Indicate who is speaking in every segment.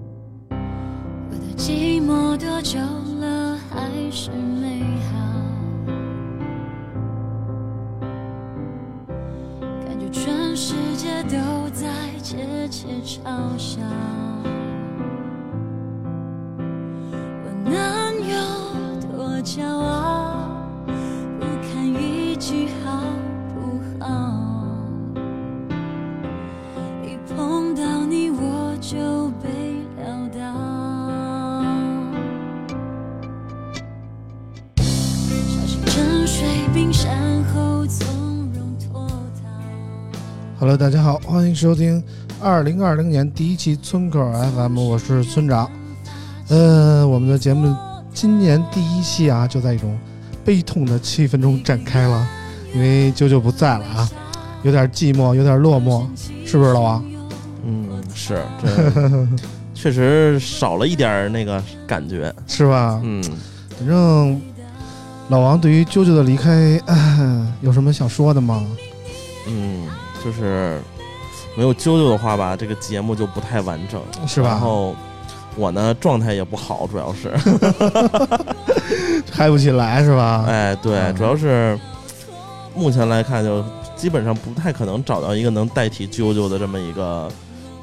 Speaker 1: 我的寂寞多久了，还是美好？感觉全世界都在窃窃嘲笑。我能有多骄傲？不堪一击，好不好？一碰到你我就被撂倒。小心沉睡冰山后，从容脱逃。
Speaker 2: Hello，大家好，欢迎收听二零二零年第一期村口 FM，我是村长。呃，我们的节目今年第一期啊，就在一种悲痛的气氛中展开了，
Speaker 3: 嗯
Speaker 2: 因为啾啾不在了啊，有点寂寞，有点落寞，是不是老王？
Speaker 3: 嗯，是，这 确实少了一点儿那个感觉。
Speaker 2: 是吧？
Speaker 3: 嗯，
Speaker 2: 反正老王对于啾啾的离开，唉有什么想说的吗？
Speaker 3: 嗯，就是没有啾啾的话吧，这个节目就不太完整，
Speaker 2: 是吧
Speaker 3: 然后我呢状态也不好，主要是，
Speaker 2: 嗨不起来是吧？
Speaker 3: 哎，对，
Speaker 2: 嗯
Speaker 3: 主要是目前来看，就基本上不太可能找到一个能代替啾啾的这么一个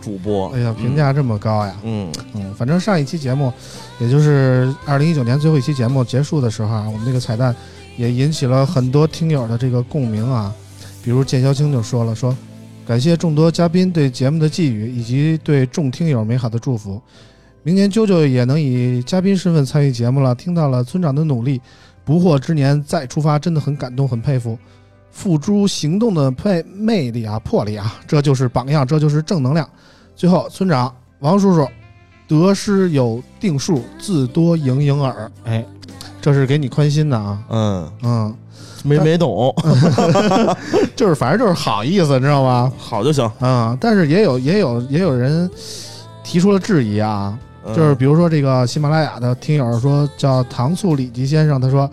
Speaker 3: 主播。
Speaker 2: 哎呀，评价这么高呀！
Speaker 3: 嗯，嗯，
Speaker 2: 嗯，反正上一期节目，也就是二零一九年最后一期节目结束的时候啊，我们那个彩蛋也引起了很多听友的这个共鸣啊。比如剑霄青就说了，说感谢众多嘉宾对节目的寄语，以及对众听友美好的祝福。明年啾啾也能以嘉宾身份参与节目了，听到了村长的努力，不惑之年再出发，真的很感动，很佩服。付诸行动的魅魅力啊，魄力啊，这就是榜样，这就是正能量。最后，村长王叔叔，得失有定数，自多盈盈耳。哎，这是给你宽心的啊。
Speaker 3: 嗯，
Speaker 2: 嗯，
Speaker 3: 没
Speaker 2: 但
Speaker 3: 没懂，
Speaker 2: 就是反正就是好意思，你知道吗？
Speaker 3: 好就行。
Speaker 2: 嗯，但是也有也有也有人提出了质疑啊，
Speaker 3: 嗯
Speaker 2: 就是比如说这个喜马拉雅的听友说叫糖醋里脊先生，他说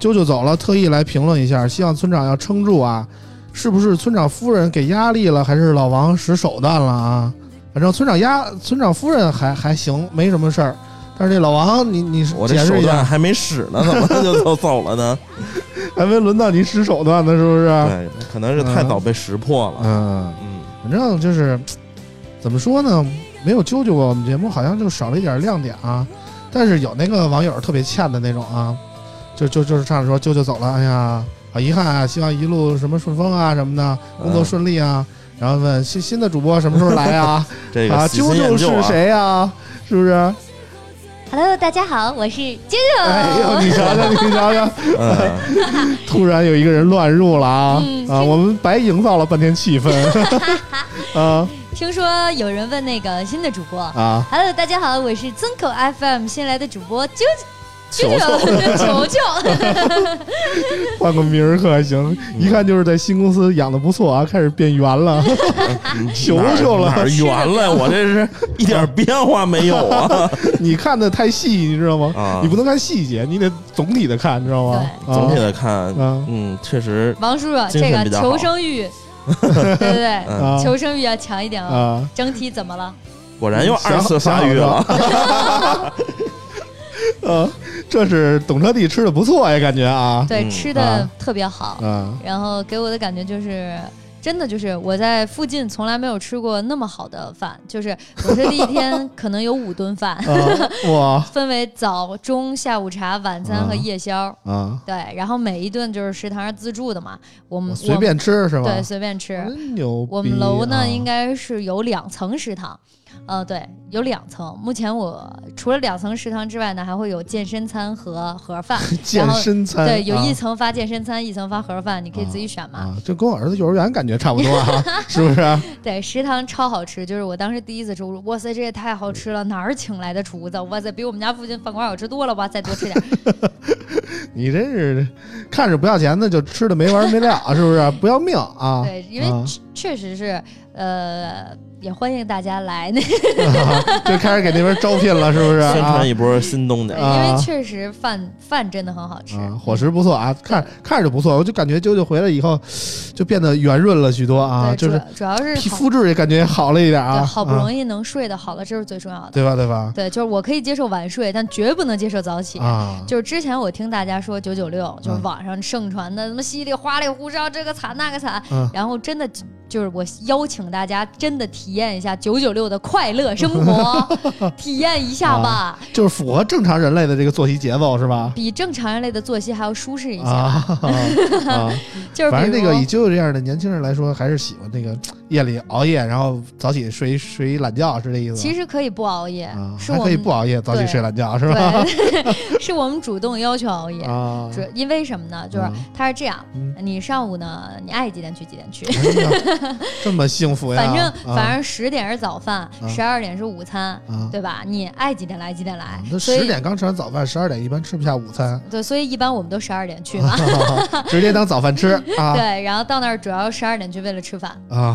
Speaker 2: 啾啾走了，特意来评论一下，希望村长要撑住啊，是不是村长夫人给压力了，还是老王使手段了啊？反正村长压村长夫人还还行，没什么事儿，但是这老王，你你
Speaker 3: 我这
Speaker 2: 解释
Speaker 3: 手
Speaker 2: 一
Speaker 3: 段
Speaker 2: 下，
Speaker 3: 还没使呢，怎么就就走了呢？
Speaker 2: 还没轮到你使手段呢，是不是？
Speaker 3: 对，可能是太早被识破了。
Speaker 2: 啊嗯，
Speaker 3: 嗯
Speaker 2: 反正就是怎么说呢，没有啾啾过我们节目，好像就少了一点亮点啊。但是有那个网友特别欠的那种啊，就就就是唱着说啾啾走了，哎呀，好遗憾啊，希望一路什么顺风啊什么的，
Speaker 3: 嗯
Speaker 2: 工作顺利啊。然后问新新的主播什么时候来 啊？
Speaker 3: 这
Speaker 2: 啊，
Speaker 3: 个喜
Speaker 2: 啾
Speaker 3: 新厌
Speaker 2: 啾
Speaker 3: 旧
Speaker 2: 是
Speaker 3: 啊，
Speaker 2: 谁呀、是不是？
Speaker 4: Hello，大家好，我是啾啾。
Speaker 2: 哎呦，你瞧瞧，你瞧瞧，
Speaker 3: 嗯，
Speaker 2: 突然有一个人乱入了啊、
Speaker 4: 嗯
Speaker 2: 啊！我们白营造了半天气氛， 啊
Speaker 4: 听说有人问那个新的主播
Speaker 2: 啊！
Speaker 4: ，Hello，大家好，我是村口 FM 新来的主播啾
Speaker 3: 球球，
Speaker 4: 啾球球。
Speaker 2: 换个名儿可还行，
Speaker 4: 嗯
Speaker 2: 一看就是在新公司养的不错啊，开始变圆 了。球球了
Speaker 3: 哪儿 圆了？我这是一点变化没有啊！
Speaker 2: 你看的太细，你知道吗？
Speaker 3: 啊
Speaker 2: 你不能看细节，你得总体的看，你知道吗？ 啊
Speaker 3: 总体来看，
Speaker 2: 啊
Speaker 3: 嗯，确实，
Speaker 4: 王叔叔，
Speaker 3: 精
Speaker 4: 这
Speaker 3: 神
Speaker 4: 个
Speaker 3: 比较好
Speaker 4: 求 生欲，对对对，
Speaker 3: 嗯，
Speaker 2: 啊
Speaker 4: 求生欲要强一点啊。
Speaker 2: 啊，
Speaker 4: 整体怎么了？
Speaker 3: 果然又二次发育 了。
Speaker 2: 呃，这是懂车帝吃的不错呀，感觉啊，
Speaker 4: 对，
Speaker 3: 嗯
Speaker 4: 吃的
Speaker 2: 啊
Speaker 4: 特别好，
Speaker 2: 啊，
Speaker 4: 然后给我的感觉就是。真的就是我在附近从来没有吃过那么好的饭，就是我这一天可能有五顿饭，
Speaker 2: 啊哇
Speaker 4: 分为早中下午茶、晚餐
Speaker 2: 嗯
Speaker 4: 和夜宵。
Speaker 2: 啊，
Speaker 4: 对，然后每一顿就是食堂是自助的嘛，我们
Speaker 2: 随便吃是
Speaker 4: 嗯
Speaker 2: 吧
Speaker 4: 我们对？随便吃。
Speaker 2: 真牛逼啊！
Speaker 4: 我们楼呢，应
Speaker 2: 该
Speaker 4: 该是有两层食堂，呃，对，有两层。目前我除了两层食堂之外呢，还会有健身餐和盒饭。
Speaker 2: 健身餐
Speaker 4: 对，有一
Speaker 2: 啊
Speaker 4: 层发健身餐，一层发盒饭，你可以自己选嘛。
Speaker 2: 啊，这跟我儿子幼儿园感觉差不多 啊，是不是？
Speaker 4: 对，食堂超好吃，就是我当时第一次吃，我说哇塞，这也太好吃了，哪儿请来的厨子？哇塞，比我们家附近饭馆好吃多了，哇塞，多吃点儿。
Speaker 2: 你真是看着不要钱的就吃的没完没了，是不是？不要命啊！
Speaker 4: 对，因为
Speaker 2: 啊
Speaker 4: 确确实是，呃，也欢迎大家来，那
Speaker 2: 啊就开始给那边招聘了，是不是？
Speaker 3: 宣
Speaker 2: 啊
Speaker 3: 传一波新东家。
Speaker 4: 因
Speaker 2: 啊
Speaker 4: 为确实饭饭真的很好吃嗯
Speaker 2: 啊，，伙食不错啊，看看着不错，我就感觉啾啾回来以后就变得圆润了许多啊，就
Speaker 4: 对，主
Speaker 2: 是
Speaker 4: 要主要是
Speaker 2: 皮
Speaker 4: 好
Speaker 2: 肤质也感觉好了一点啊，
Speaker 4: 对，好不容
Speaker 2: 易，
Speaker 4: 易能睡得好了，这是最重要的。
Speaker 2: 对吧？对吧？
Speaker 4: 对，就是我可以接受晚睡，但绝不能接受早起。
Speaker 2: 啊，
Speaker 4: 就是之前我听大家说九九六，就是
Speaker 2: 嗯
Speaker 4: 网上盛传的什么稀里哗里胡哨，这个惨那个惨，
Speaker 2: 嗯
Speaker 4: 然后真的就就是我邀请大家真的体验一下九九六的快乐生 活，体验一下吧，
Speaker 2: 就是符合正常人类的这个作息节奏是吧？
Speaker 4: 比正常人类的作息还要舒适一些。
Speaker 2: 啊， 啊
Speaker 4: 就是
Speaker 2: 反
Speaker 4: 比
Speaker 2: 正
Speaker 4: 如
Speaker 2: 那个以啾啾这样的年轻人来说，还是喜欢那个夜里熬夜，然后早起睡一睡一懒觉，是这意思吗？
Speaker 4: 其实可以不熬夜，
Speaker 2: 啊，
Speaker 4: 是
Speaker 2: 还
Speaker 4: 我
Speaker 2: 可以
Speaker 4: 们
Speaker 2: 不熬夜，早起
Speaker 4: 对
Speaker 2: 睡懒觉是吧？
Speaker 4: 对， 是我们主动要求熬夜。
Speaker 2: 啊，
Speaker 4: 主因为什么呢？就是
Speaker 2: 嗯
Speaker 4: 他是这样，
Speaker 2: 嗯
Speaker 4: 你上午呢，你爱几点去几点去，
Speaker 2: 哎 呀这么幸福呀！
Speaker 4: 反正
Speaker 2: 啊
Speaker 4: 反正十点是早饭，
Speaker 2: 啊
Speaker 4: 十二点是午餐，
Speaker 2: 啊，
Speaker 4: 对吧？你爱几点来几点来
Speaker 2: 啊，那
Speaker 4: 所
Speaker 2: 十
Speaker 4: 以
Speaker 2: 点刚吃完早饭，十二点一般吃不下午 餐，
Speaker 4: 对，所以一般我们都十二点去嘛。
Speaker 2: 直接当早饭吃啊
Speaker 4: 对，然后到那儿主要十二点去为了吃饭，
Speaker 2: 啊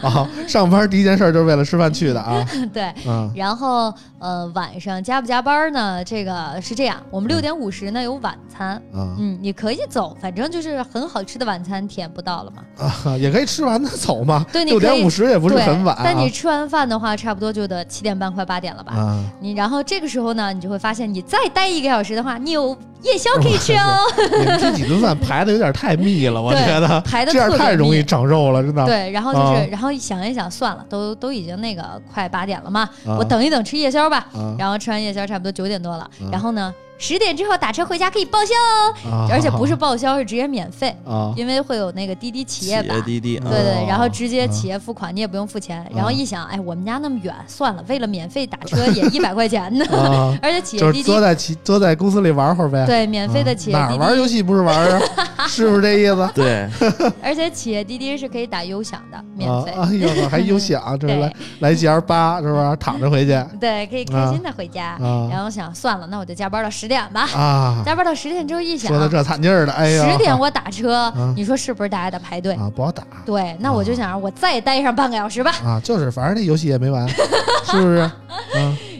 Speaker 2: 啊！上班第一件事就是为了吃饭去的 啊
Speaker 4: 对。
Speaker 2: 啊
Speaker 4: 然后呃，晚上加不加班呢？这个是这样，我们
Speaker 2: 嗯
Speaker 4: 六点五十呢有晚餐，
Speaker 2: 啊
Speaker 4: 嗯，你可以走，反正就是很好吃的晚餐体验不到了嘛。
Speaker 2: 啊！也可以吃完再走嘛，
Speaker 4: 对你
Speaker 2: 六
Speaker 4: 可
Speaker 2: 点
Speaker 4: 以
Speaker 2: 五十也不是
Speaker 4: 对
Speaker 2: 很晚啊。
Speaker 4: 但你吃完饭的话，差不多就得七点半快八点了吧。
Speaker 2: 啊，
Speaker 4: 你然后这个时候呢，你就会发现，你再待一个小时的话，你有夜宵可以吃哦。
Speaker 2: 你们这几顿饭排的有点太密了，我
Speaker 4: 对
Speaker 2: 觉得
Speaker 4: 排得
Speaker 2: 这样
Speaker 4: 特别
Speaker 2: 太容易
Speaker 4: 密
Speaker 2: 长肉了，真的。
Speaker 4: 对，然后就是，
Speaker 2: 啊
Speaker 4: 然后想一想，算了，都都已经那个快八点了嘛，
Speaker 2: 啊
Speaker 4: 我等一等吃夜宵吧。
Speaker 2: 啊
Speaker 4: 然后吃完夜宵，差不多九点多了。
Speaker 2: 啊
Speaker 4: 然后呢，十点之后打车回家可以报销，哦
Speaker 2: 啊
Speaker 4: 而且不是报销，是直接免费，
Speaker 2: 啊
Speaker 4: 因为会有那个滴滴
Speaker 3: 企
Speaker 4: 企业
Speaker 3: 业
Speaker 4: 版。
Speaker 3: 滴滴啊
Speaker 4: 对，对，
Speaker 2: 哦嗯
Speaker 4: 然后直接
Speaker 2: 啊
Speaker 4: 企业付款，你也不用付钱。然后一想，哎，我们家那么远，算了，为了免费打车也一百块钱呢。
Speaker 2: 啊，
Speaker 4: 而且企
Speaker 2: 就
Speaker 4: 业
Speaker 2: 是
Speaker 4: 滴
Speaker 2: 坐
Speaker 4: 滴
Speaker 2: 在其坐在公司里玩会儿呗。嗯
Speaker 4: 对免费的企业
Speaker 2: 哪
Speaker 4: 滴
Speaker 2: 儿
Speaker 4: 滴，
Speaker 2: 玩游戏不是玩儿啊？是不是这意思？
Speaker 3: 对，
Speaker 4: 而且企业滴滴是可以打优享的， 免费。
Speaker 2: 啊！哎呦，还优享，这是来
Speaker 4: 对嗯
Speaker 2: 来 G R 八是不是？躺着回去啊
Speaker 4: 对，可以开心的回家。
Speaker 2: 啊
Speaker 4: 然后想算了，那我就加班到十点吧。
Speaker 2: 啊！
Speaker 4: 加班到十点嗯之后一想
Speaker 2: 说，的这惨劲儿的，哎呀，
Speaker 4: 十点我打车，
Speaker 2: 啊
Speaker 4: 你说是不是大家得排队？
Speaker 2: 啊不好打
Speaker 4: 对，那
Speaker 2: 哦
Speaker 4: 我就想让我再待上半个小时吧。
Speaker 2: 啊，就是反正那游戏也没 完，是不是？啊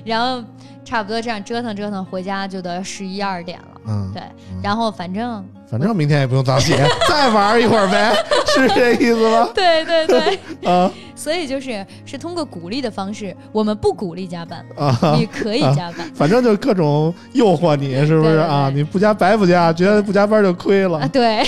Speaker 4: 然后差不多这样折腾折腾，回家就得十一二点了。
Speaker 2: 嗯，
Speaker 4: 对，然后反正
Speaker 2: 反正明天也不用早起， 再玩一会儿 呗，是这意思吗？
Speaker 4: 对对对，
Speaker 2: 啊
Speaker 4: 所以就是是通过鼓励的方式，我们不鼓励加班，
Speaker 2: 啊！
Speaker 4: 你可以加班。
Speaker 2: 反正就各种诱惑你，是不是
Speaker 4: 对对
Speaker 2: 啊？
Speaker 4: 对
Speaker 2: 你不加白不加，觉得不加班就亏了
Speaker 4: 啊，对，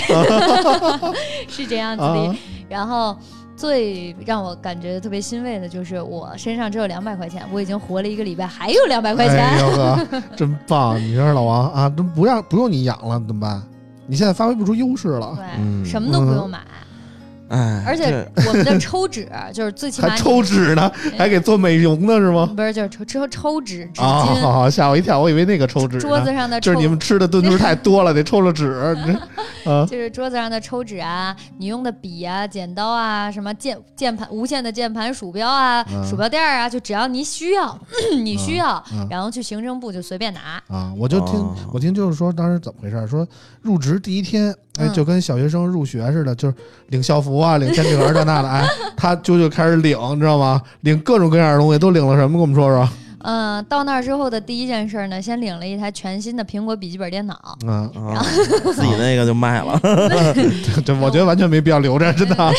Speaker 4: 是这样子的。
Speaker 2: 啊
Speaker 4: 然后最让我感觉特别欣慰的就是，我身上只有两百块钱，我已经活了一个礼拜，还有两百块钱。
Speaker 2: 哎呦呵， 真棒！你说老王啊，都不让不用你养了怎么办？你现在发挥不出优势了，
Speaker 4: 对，
Speaker 3: 嗯
Speaker 4: 什么都不用买，
Speaker 3: 哎，
Speaker 4: 而且
Speaker 3: 这
Speaker 4: 我们的抽纸啊就是最起码
Speaker 2: 还
Speaker 4: 你
Speaker 2: 抽纸呢，还给做美容呢是吗？
Speaker 4: 不是就是抽抽抽纸纸
Speaker 2: 啊，
Speaker 4: 巾，
Speaker 2: 好吓我一跳，我以为那个抽纸呢啊
Speaker 4: 桌子上的
Speaker 2: 就
Speaker 4: 抽
Speaker 2: 是你们吃的顿数太多了，得抽抽 纸。你这 啊
Speaker 4: 就是桌子上的抽纸啊，你用的笔啊、剪刀啊，什么键键盘、无线的键盘、鼠标啊、
Speaker 2: 嗯
Speaker 4: 鼠标垫儿啊，就只要你需要， 你需要，
Speaker 2: 嗯
Speaker 4: 然后去行政部就随便拿。
Speaker 2: 啊，我就听
Speaker 3: 哦
Speaker 2: 我听就是说当时怎么回事儿，说入职第一天，哎，
Speaker 4: 嗯
Speaker 2: 就跟小学生入学似的，就是领校服啊，领铅笔盒这那的，哎， 他舅舅开始领，你知道吗？领各种各样的东西，都领了什么？跟我们说说。
Speaker 4: 嗯，到那儿之后的第一件事儿呢，先领了一台全新的苹果笔记本电脑。
Speaker 2: 嗯，
Speaker 3: 啊，自己那个就卖 了，
Speaker 2: 这这我觉得完全没必要留着，真的啊。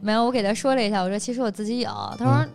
Speaker 4: 没有，我给他说了一下，我说其实我自己有。他说、
Speaker 2: 嗯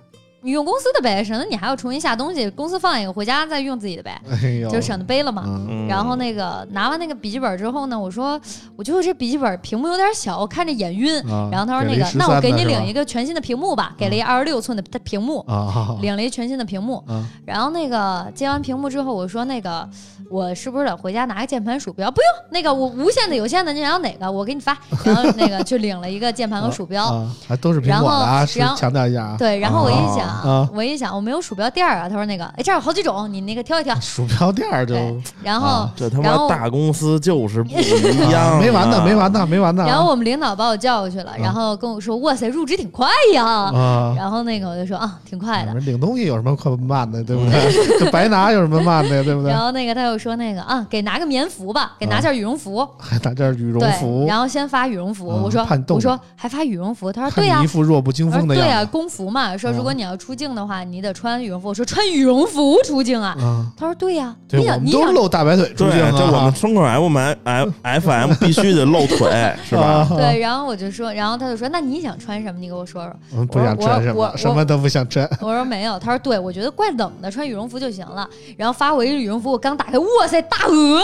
Speaker 4: 你用公司的呗，省得你还要重新下东西，公司放一个回家再用自己的呗，
Speaker 2: 哎呦，
Speaker 4: 就省得背了嘛。
Speaker 2: 嗯
Speaker 3: 嗯
Speaker 4: 然后那个拿完那个笔记本之后呢，我说我觉得这笔记本屏幕有点小，我看着眼晕。
Speaker 2: 啊
Speaker 4: 然后他说那
Speaker 2: 给了
Speaker 4: 个
Speaker 2: 一，13
Speaker 4: 那我给你
Speaker 2: 的是吧嗯
Speaker 4: 领一个全新的屏幕吧，给了一二十六寸的的屏幕，
Speaker 2: 啊，好好
Speaker 4: 领了一全新的屏幕。
Speaker 2: 啊
Speaker 4: 然后那个接完屏幕之后，我说那个我是不是得回家拿个键盘鼠标？不用，那个我无线的、有线的，你想要哪个我给你 发。然后那个去领了一个键盘和鼠标。
Speaker 2: 嗯啊，还都是苹果的
Speaker 4: 然
Speaker 2: 啊，
Speaker 4: 后
Speaker 2: 是
Speaker 4: 然后
Speaker 2: 强调一下啊。
Speaker 4: 对，然后我一想，
Speaker 2: 啊
Speaker 4: 我一想我没有鼠标垫儿啊，他说那个，哎这儿有好几种，你那个挑一挑。
Speaker 2: 鼠标垫儿就
Speaker 4: 对，然后、
Speaker 2: 啊
Speaker 3: 这他
Speaker 4: 然后
Speaker 3: 妈大公司就是不一样、
Speaker 2: 啊 没完呢，没完。呢，没完呢。啊
Speaker 4: 然后我们领导把我叫过去了，然后跟我说：“哇塞，入职挺快呀。
Speaker 2: 啊，
Speaker 4: 然后那个我就说：“啊，挺快的。嗯
Speaker 2: 领东西有什么可慢的，对不对？这白拿有什么慢的，对不对
Speaker 4: 然？后那个他又说：“那个啊，给拿个棉服吧，给拿件羽绒服。
Speaker 2: 还拿件羽绒
Speaker 4: 对，
Speaker 2: 服，
Speaker 4: 然后先发羽绒服。
Speaker 2: 嗯
Speaker 4: 我说
Speaker 2: 怕你：“冻
Speaker 4: 我
Speaker 2: 着
Speaker 4: 说还发羽绒服？”他说：“
Speaker 2: 看
Speaker 4: 对
Speaker 2: 你
Speaker 4: 呀、
Speaker 2: 一副弱不禁
Speaker 4: 我说
Speaker 2: 风的
Speaker 4: 对呀、
Speaker 2: 样子。
Speaker 4: 工服嘛。说
Speaker 2: 嗯
Speaker 4: 如果你要出境的话，你得穿羽绒服。我说穿羽绒服出境啊。
Speaker 2: 啊，
Speaker 4: 他说对呀、
Speaker 2: 对，
Speaker 4: 你
Speaker 2: 我
Speaker 4: 想
Speaker 2: 们
Speaker 4: 你
Speaker 2: 都
Speaker 4: 想
Speaker 2: 露大白腿出
Speaker 3: 对
Speaker 2: 镜，
Speaker 3: 这我们
Speaker 2: 啊，
Speaker 3: 风口 M M F M 必须得 露腿，是吧？
Speaker 2: 啊？
Speaker 4: 对，然后我就说，然后他就说，那你想穿什么？你给我说说。
Speaker 2: 我们不想穿什
Speaker 4: 我
Speaker 2: 么，
Speaker 4: 我
Speaker 2: 什么都不想穿。
Speaker 4: 我说没有，他说对，我觉得怪冷的，穿羽绒服就行了。然后发我一羽绒服，我刚打开，哇塞，大鹅，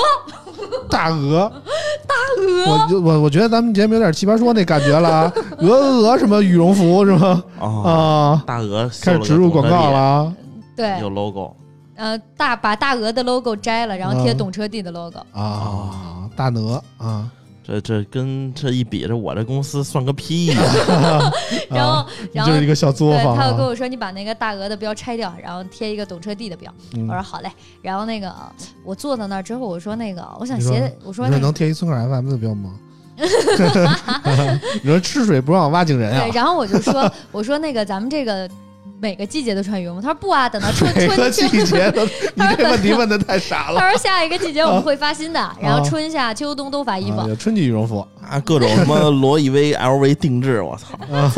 Speaker 2: 大鹅，大鹅，我就我我觉得咱们节目有点奇葩说那感觉了 啊，鹅鹅鹅什么羽绒服是吗？
Speaker 3: 啊，
Speaker 2: 啊，
Speaker 3: 大鹅
Speaker 2: 开始植入广告了，啊
Speaker 4: 对
Speaker 3: 有，logo，
Speaker 4: 呃，大把大鹅的 logo 摘了，然后贴懂车帝的 logo。
Speaker 2: 啊，大鹅啊，
Speaker 3: 这这跟这一比，这我这公司算个屁呀！
Speaker 4: 然后然后
Speaker 2: 就是一个小作
Speaker 4: 对，
Speaker 2: 坊
Speaker 4: 他又跟
Speaker 2: 啊，
Speaker 4: 我说你把那个大鹅的标拆掉，然后贴一个懂车帝的标。
Speaker 2: 嗯
Speaker 4: 我说好嘞。然后那个我坐到那儿之后，我说那个我想
Speaker 2: 你说
Speaker 4: 写，我说
Speaker 2: 你
Speaker 4: 那
Speaker 2: 说
Speaker 4: 个
Speaker 2: 能贴一村口 FM 的标 吗？你说吃水不让挖井人啊
Speaker 4: 对，
Speaker 2: 呀？
Speaker 4: 然后我就说我说那个咱们这个每个季节都穿羽绒服，他说不啊，等到春
Speaker 2: 每个
Speaker 4: 春
Speaker 2: 季
Speaker 4: 秋。
Speaker 2: 节 都，你这问题问的太傻了。
Speaker 4: 他说下一个季节我们会发新的，然后春夏秋冬都发衣服
Speaker 2: 啊啊。有春季羽绒服，
Speaker 3: 啊，各种 什么罗意威、LV 定制，我操，
Speaker 2: 啊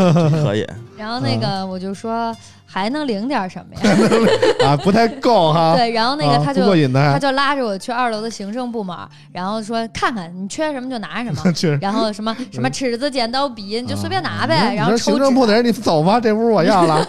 Speaker 3: 可以。啊
Speaker 4: 然后那个我就说还能领点什么呀？
Speaker 2: 啊，不太够哈。
Speaker 4: 对，然后那
Speaker 2: 啊
Speaker 4: 个他就
Speaker 2: 不过瘾的
Speaker 4: 他
Speaker 2: 还，，
Speaker 4: 就拉着我去二楼的行政部门，然后说看看你缺什么就拿什么
Speaker 2: 确实。
Speaker 4: 然后什么什么尺子、剪刀、笔你就随便拿
Speaker 2: 啊
Speaker 4: 呗，
Speaker 2: 你
Speaker 4: 然后
Speaker 2: 说
Speaker 4: 抽
Speaker 2: 行
Speaker 4: 纸
Speaker 2: 政。部的人，你走吧，这不是我要 了。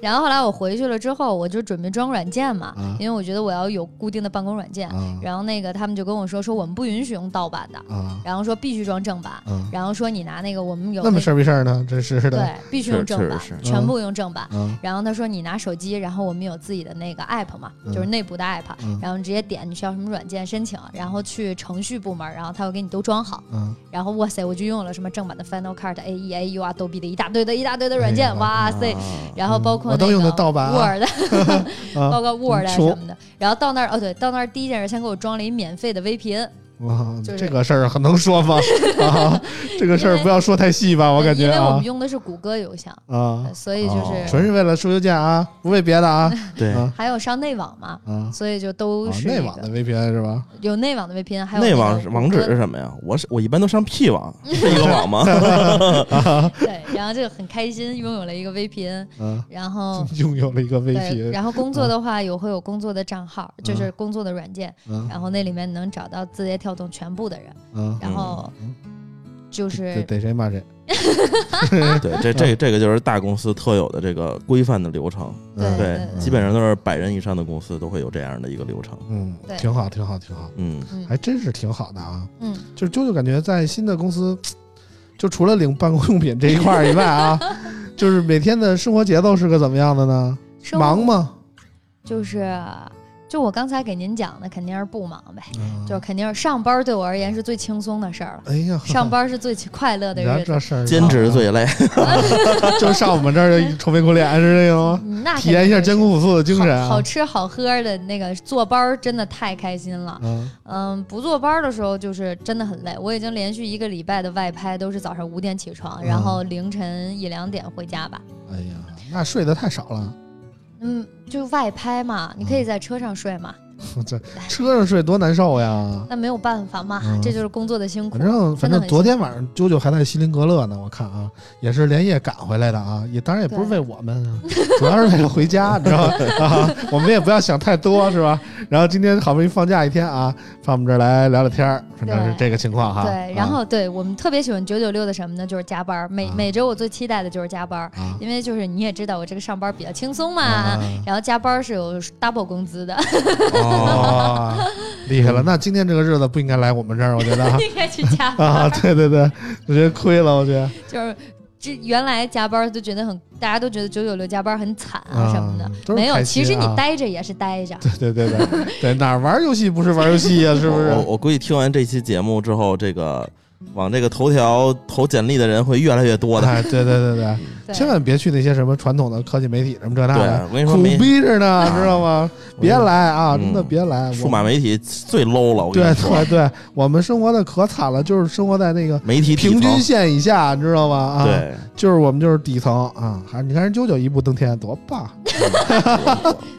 Speaker 4: 然后后来我回去了之后，我就准备装软件嘛
Speaker 2: 啊，
Speaker 4: 因为我觉得我要有固定的办公软件。
Speaker 2: 啊
Speaker 4: 然后那个他们就跟我说说我们不允许用盗版的，
Speaker 2: 啊
Speaker 4: 然后说必须装正版，
Speaker 2: 啊！
Speaker 4: 然后说你拿那个我们有
Speaker 2: 那么
Speaker 4: 那
Speaker 2: 事儿逼事儿呢？真是的。
Speaker 4: 对，必须用
Speaker 3: 是
Speaker 4: 正版
Speaker 2: 嗯
Speaker 3: 是是，
Speaker 4: 全部用正版。
Speaker 2: 啊
Speaker 4: 然后他说你拿手机，然后我们有自己的那个 app 嘛，
Speaker 2: 嗯
Speaker 4: 就是内部的 app，、
Speaker 2: 嗯
Speaker 4: 然后你直接点你需要什么软件申请，然后去程序部门，然后他会给你都装好。
Speaker 2: 啊！
Speaker 4: 然后哇塞，我就用了什么正版的 Final Cut、AE、AU 啊，逗比的一大堆的一大堆的软件，
Speaker 2: 哎呀嗯
Speaker 4: 哇塞！
Speaker 3: 啊
Speaker 4: 然后包括、
Speaker 2: 我
Speaker 4: 那个
Speaker 2: 都用的盗版啊
Speaker 4: Word，
Speaker 2: 啊嗯
Speaker 4: 包括 Word 啊
Speaker 2: 穷
Speaker 4: 什么的。然后到那儿哦，对，到那儿第一件事先给我装了一免费的 VPN，
Speaker 2: 哇，
Speaker 4: 就是
Speaker 2: 这个事儿能说 吗？啊，这个事儿
Speaker 4: 因为
Speaker 2: 不要说太细吧，我感觉
Speaker 4: 因为我
Speaker 2: 啊
Speaker 4: 们用的是谷歌邮箱，
Speaker 2: 啊，
Speaker 4: 所以就是、
Speaker 3: 哦
Speaker 2: 纯是为了输邮件啊，不为别的啊
Speaker 3: 对，
Speaker 2: 啊
Speaker 4: 还有上内网嘛，
Speaker 2: 啊！
Speaker 4: 所以就都
Speaker 2: 啊
Speaker 4: 是
Speaker 2: 内
Speaker 4: 一
Speaker 2: 网
Speaker 4: 个
Speaker 2: 的 VPN 是吧？啊
Speaker 4: 有内网的 VPN，还有
Speaker 3: 内
Speaker 4: 那个
Speaker 3: 网是
Speaker 4: 谷
Speaker 3: 网址
Speaker 4: 歌
Speaker 3: 是什么呀？我是我一般都上 P 网，是 一个 网吗？
Speaker 4: 对，然后就很开心拥有了一个 VPN，
Speaker 2: 啊，
Speaker 4: 然后
Speaker 2: 拥有了一个
Speaker 4: 嗯对，
Speaker 2: VPN，
Speaker 4: 然后工作的话有会有工作的账号，就是工作的软件，
Speaker 2: 嗯
Speaker 4: 然后那里面能找到字节跳动全部的人，
Speaker 2: 嗯，
Speaker 4: 然后就
Speaker 2: 逮
Speaker 4: 是
Speaker 2: 逮谁骂谁，
Speaker 3: 对，这这这个就是大公司特有的这个规范的流程，
Speaker 4: 对
Speaker 2: 嗯
Speaker 3: 对，
Speaker 4: 嗯
Speaker 3: 基本上都是百人以上的公司都会有这样的一个流程。
Speaker 2: 嗯，
Speaker 4: 对
Speaker 2: 挺好，挺好，挺好，
Speaker 3: 嗯，
Speaker 2: 还真是挺好的啊。
Speaker 4: 嗯，
Speaker 2: 就是啾啾感觉在新的公司，就除了领办公用品这一块儿以外 啊，就是每天的生活节奏是个怎么样的呢？
Speaker 4: 生活
Speaker 2: 忙吗？
Speaker 4: 就是。就我刚才给您讲的，肯定是不忙呗，
Speaker 2: 嗯
Speaker 4: 就是肯定是上班对我而言是最轻松的 事儿了，
Speaker 2: 哎呀，
Speaker 4: 上班是最快乐的
Speaker 2: 你看
Speaker 4: 日子，
Speaker 2: 这事儿，啊
Speaker 3: 兼职 最累，
Speaker 2: 就是上我们这儿愁眉苦脸是这个吗？
Speaker 4: 嗯那
Speaker 2: 体验一下艰
Speaker 4: 艰
Speaker 2: 苦朴素的精神啊！
Speaker 4: 好吃好喝的那个坐班儿真的太开心了，
Speaker 2: 嗯
Speaker 4: 嗯，不坐班儿的时候就是真的很累，我已经连续一个礼拜的外拍都是早上五点起床，然
Speaker 2: 嗯
Speaker 4: 后凌晨一两点回家吧。
Speaker 2: 哎呀，那睡得太少了，
Speaker 4: 嗯，就外拍
Speaker 2: 嗯
Speaker 4: 嘛，你可以在车上睡嘛，
Speaker 2: 这车上睡多难受呀！
Speaker 4: 哎那没有办法嘛，
Speaker 2: 嗯
Speaker 4: 这就是工作的辛苦
Speaker 2: 反。正反
Speaker 4: 真的
Speaker 2: 正
Speaker 4: 很
Speaker 2: 昨天晚上啾啾还在锡林格勒呢，我看啊，也是连夜赶回来的啊，也当然也不是为
Speaker 4: 对
Speaker 2: 我们啊，主要是为了回家，你知道吧？ 啊，我们也不要想太多，是吧？然后今天好不容易放假一天啊，放我们这儿来聊聊天儿，反正是
Speaker 4: 对
Speaker 2: 这个情况哈。
Speaker 4: 对，然后对我们特别喜欢九九六的什么呢？就是加班儿。每、
Speaker 2: 啊
Speaker 4: 每周我最期待的就是加班儿，
Speaker 2: 啊
Speaker 4: 因为就是你也知道我这个上班儿比较轻松嘛，
Speaker 2: 啊啊，
Speaker 4: 然后加班儿是有 double 工资 的，
Speaker 3: 哦，
Speaker 2: 哇， 厉害了！那今天这个日子不应该来我们这儿，我觉得 啊
Speaker 4: 应该去加班儿。
Speaker 2: 啊，对对对，我觉得亏了，我觉得
Speaker 4: 就是这原来加班儿都觉得很，大家都觉得九九六加班儿很惨啊什么的，
Speaker 2: 嗯都是
Speaker 4: 没有，
Speaker 2: 开
Speaker 4: 其
Speaker 2: 心
Speaker 4: 实你
Speaker 2: 啊
Speaker 4: 待着也是待着。
Speaker 2: 对对 对对，哪儿玩游戏不是玩游戏呀、是不啊
Speaker 3: 我
Speaker 2: 是？
Speaker 3: 我估计听完这期节目之后，这个往这个头条投简历的人会越来越多的。
Speaker 2: 哎，对对对对，
Speaker 4: 对
Speaker 2: 千万别去那些什么传统的科技媒体什么这那
Speaker 3: 对，
Speaker 2: 的，
Speaker 3: 我跟你说
Speaker 2: 苦
Speaker 3: 没，
Speaker 2: 逼着呢， 知道吗？别来啊，
Speaker 3: 嗯
Speaker 2: 真的别来！我
Speaker 3: 数码媒体最 low 了。我跟
Speaker 2: 对
Speaker 3: 你说，
Speaker 2: 对对，我们生活的可惨了，就是生活在那个
Speaker 3: 媒体底
Speaker 2: 平均
Speaker 3: 层
Speaker 2: 线以下，你知道吗？啊，，
Speaker 3: 对，
Speaker 2: 就是我们就是底层啊。还你看人九九一步登天多棒！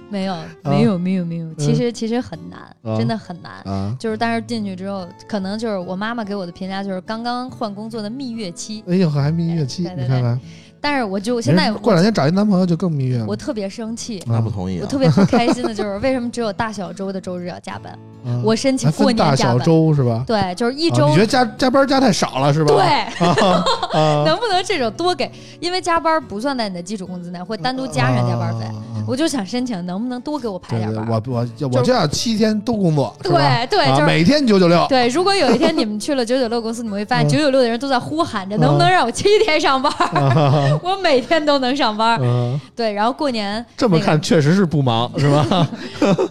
Speaker 4: 没有
Speaker 2: 嗯
Speaker 4: 没有没有没有，其实其实很难，
Speaker 2: 啊
Speaker 4: 真的很难。
Speaker 2: 啊！
Speaker 4: 就是但是进去之后，可能就是我妈妈给我的评价就是刚刚换工作的蜜月期，
Speaker 2: 哎呦，还蜜月期，
Speaker 4: 对对
Speaker 2: 你看看，
Speaker 4: 但是我就现在
Speaker 2: 人哎过
Speaker 4: 我
Speaker 2: 两天找一男朋友就更蜜月了。
Speaker 4: 我特别生气，
Speaker 3: 那不同意
Speaker 4: 我
Speaker 3: 啊
Speaker 4: 特。别不开心的就是 为什么只有大小周的周日要加班？
Speaker 2: 啊
Speaker 4: 我申请
Speaker 2: 还
Speaker 4: 过
Speaker 2: 分大
Speaker 4: 年加
Speaker 2: 小
Speaker 4: 班，
Speaker 2: 周是吧？
Speaker 4: 对，就是一
Speaker 2: 一
Speaker 4: 周
Speaker 2: 你觉得加加班加太少了是吧？
Speaker 4: 对。
Speaker 2: 对，啊，
Speaker 4: 能不能这种多给？因为加班不算在你的基础工资内，会单独加上加班费。
Speaker 2: 啊。啊啊
Speaker 4: 我就想申请，能不能多给我排
Speaker 2: 对
Speaker 4: 点
Speaker 2: 对，
Speaker 4: 班？
Speaker 2: 我我我就要七天都工作，是吧？
Speaker 4: 对对，
Speaker 2: 啊
Speaker 4: 就是。
Speaker 2: 每天九九六，
Speaker 4: 对，如果有一天你们去了九九六公司，你们会发现
Speaker 2: 嗯
Speaker 4: 九九六的人都在呼喊着，
Speaker 2: 嗯
Speaker 4: 能不能让我七天上班？
Speaker 2: 啊
Speaker 4: 我每天都能上班。
Speaker 2: 嗯，
Speaker 4: 对，然后过年
Speaker 2: 这么看确实是不忙，是吧？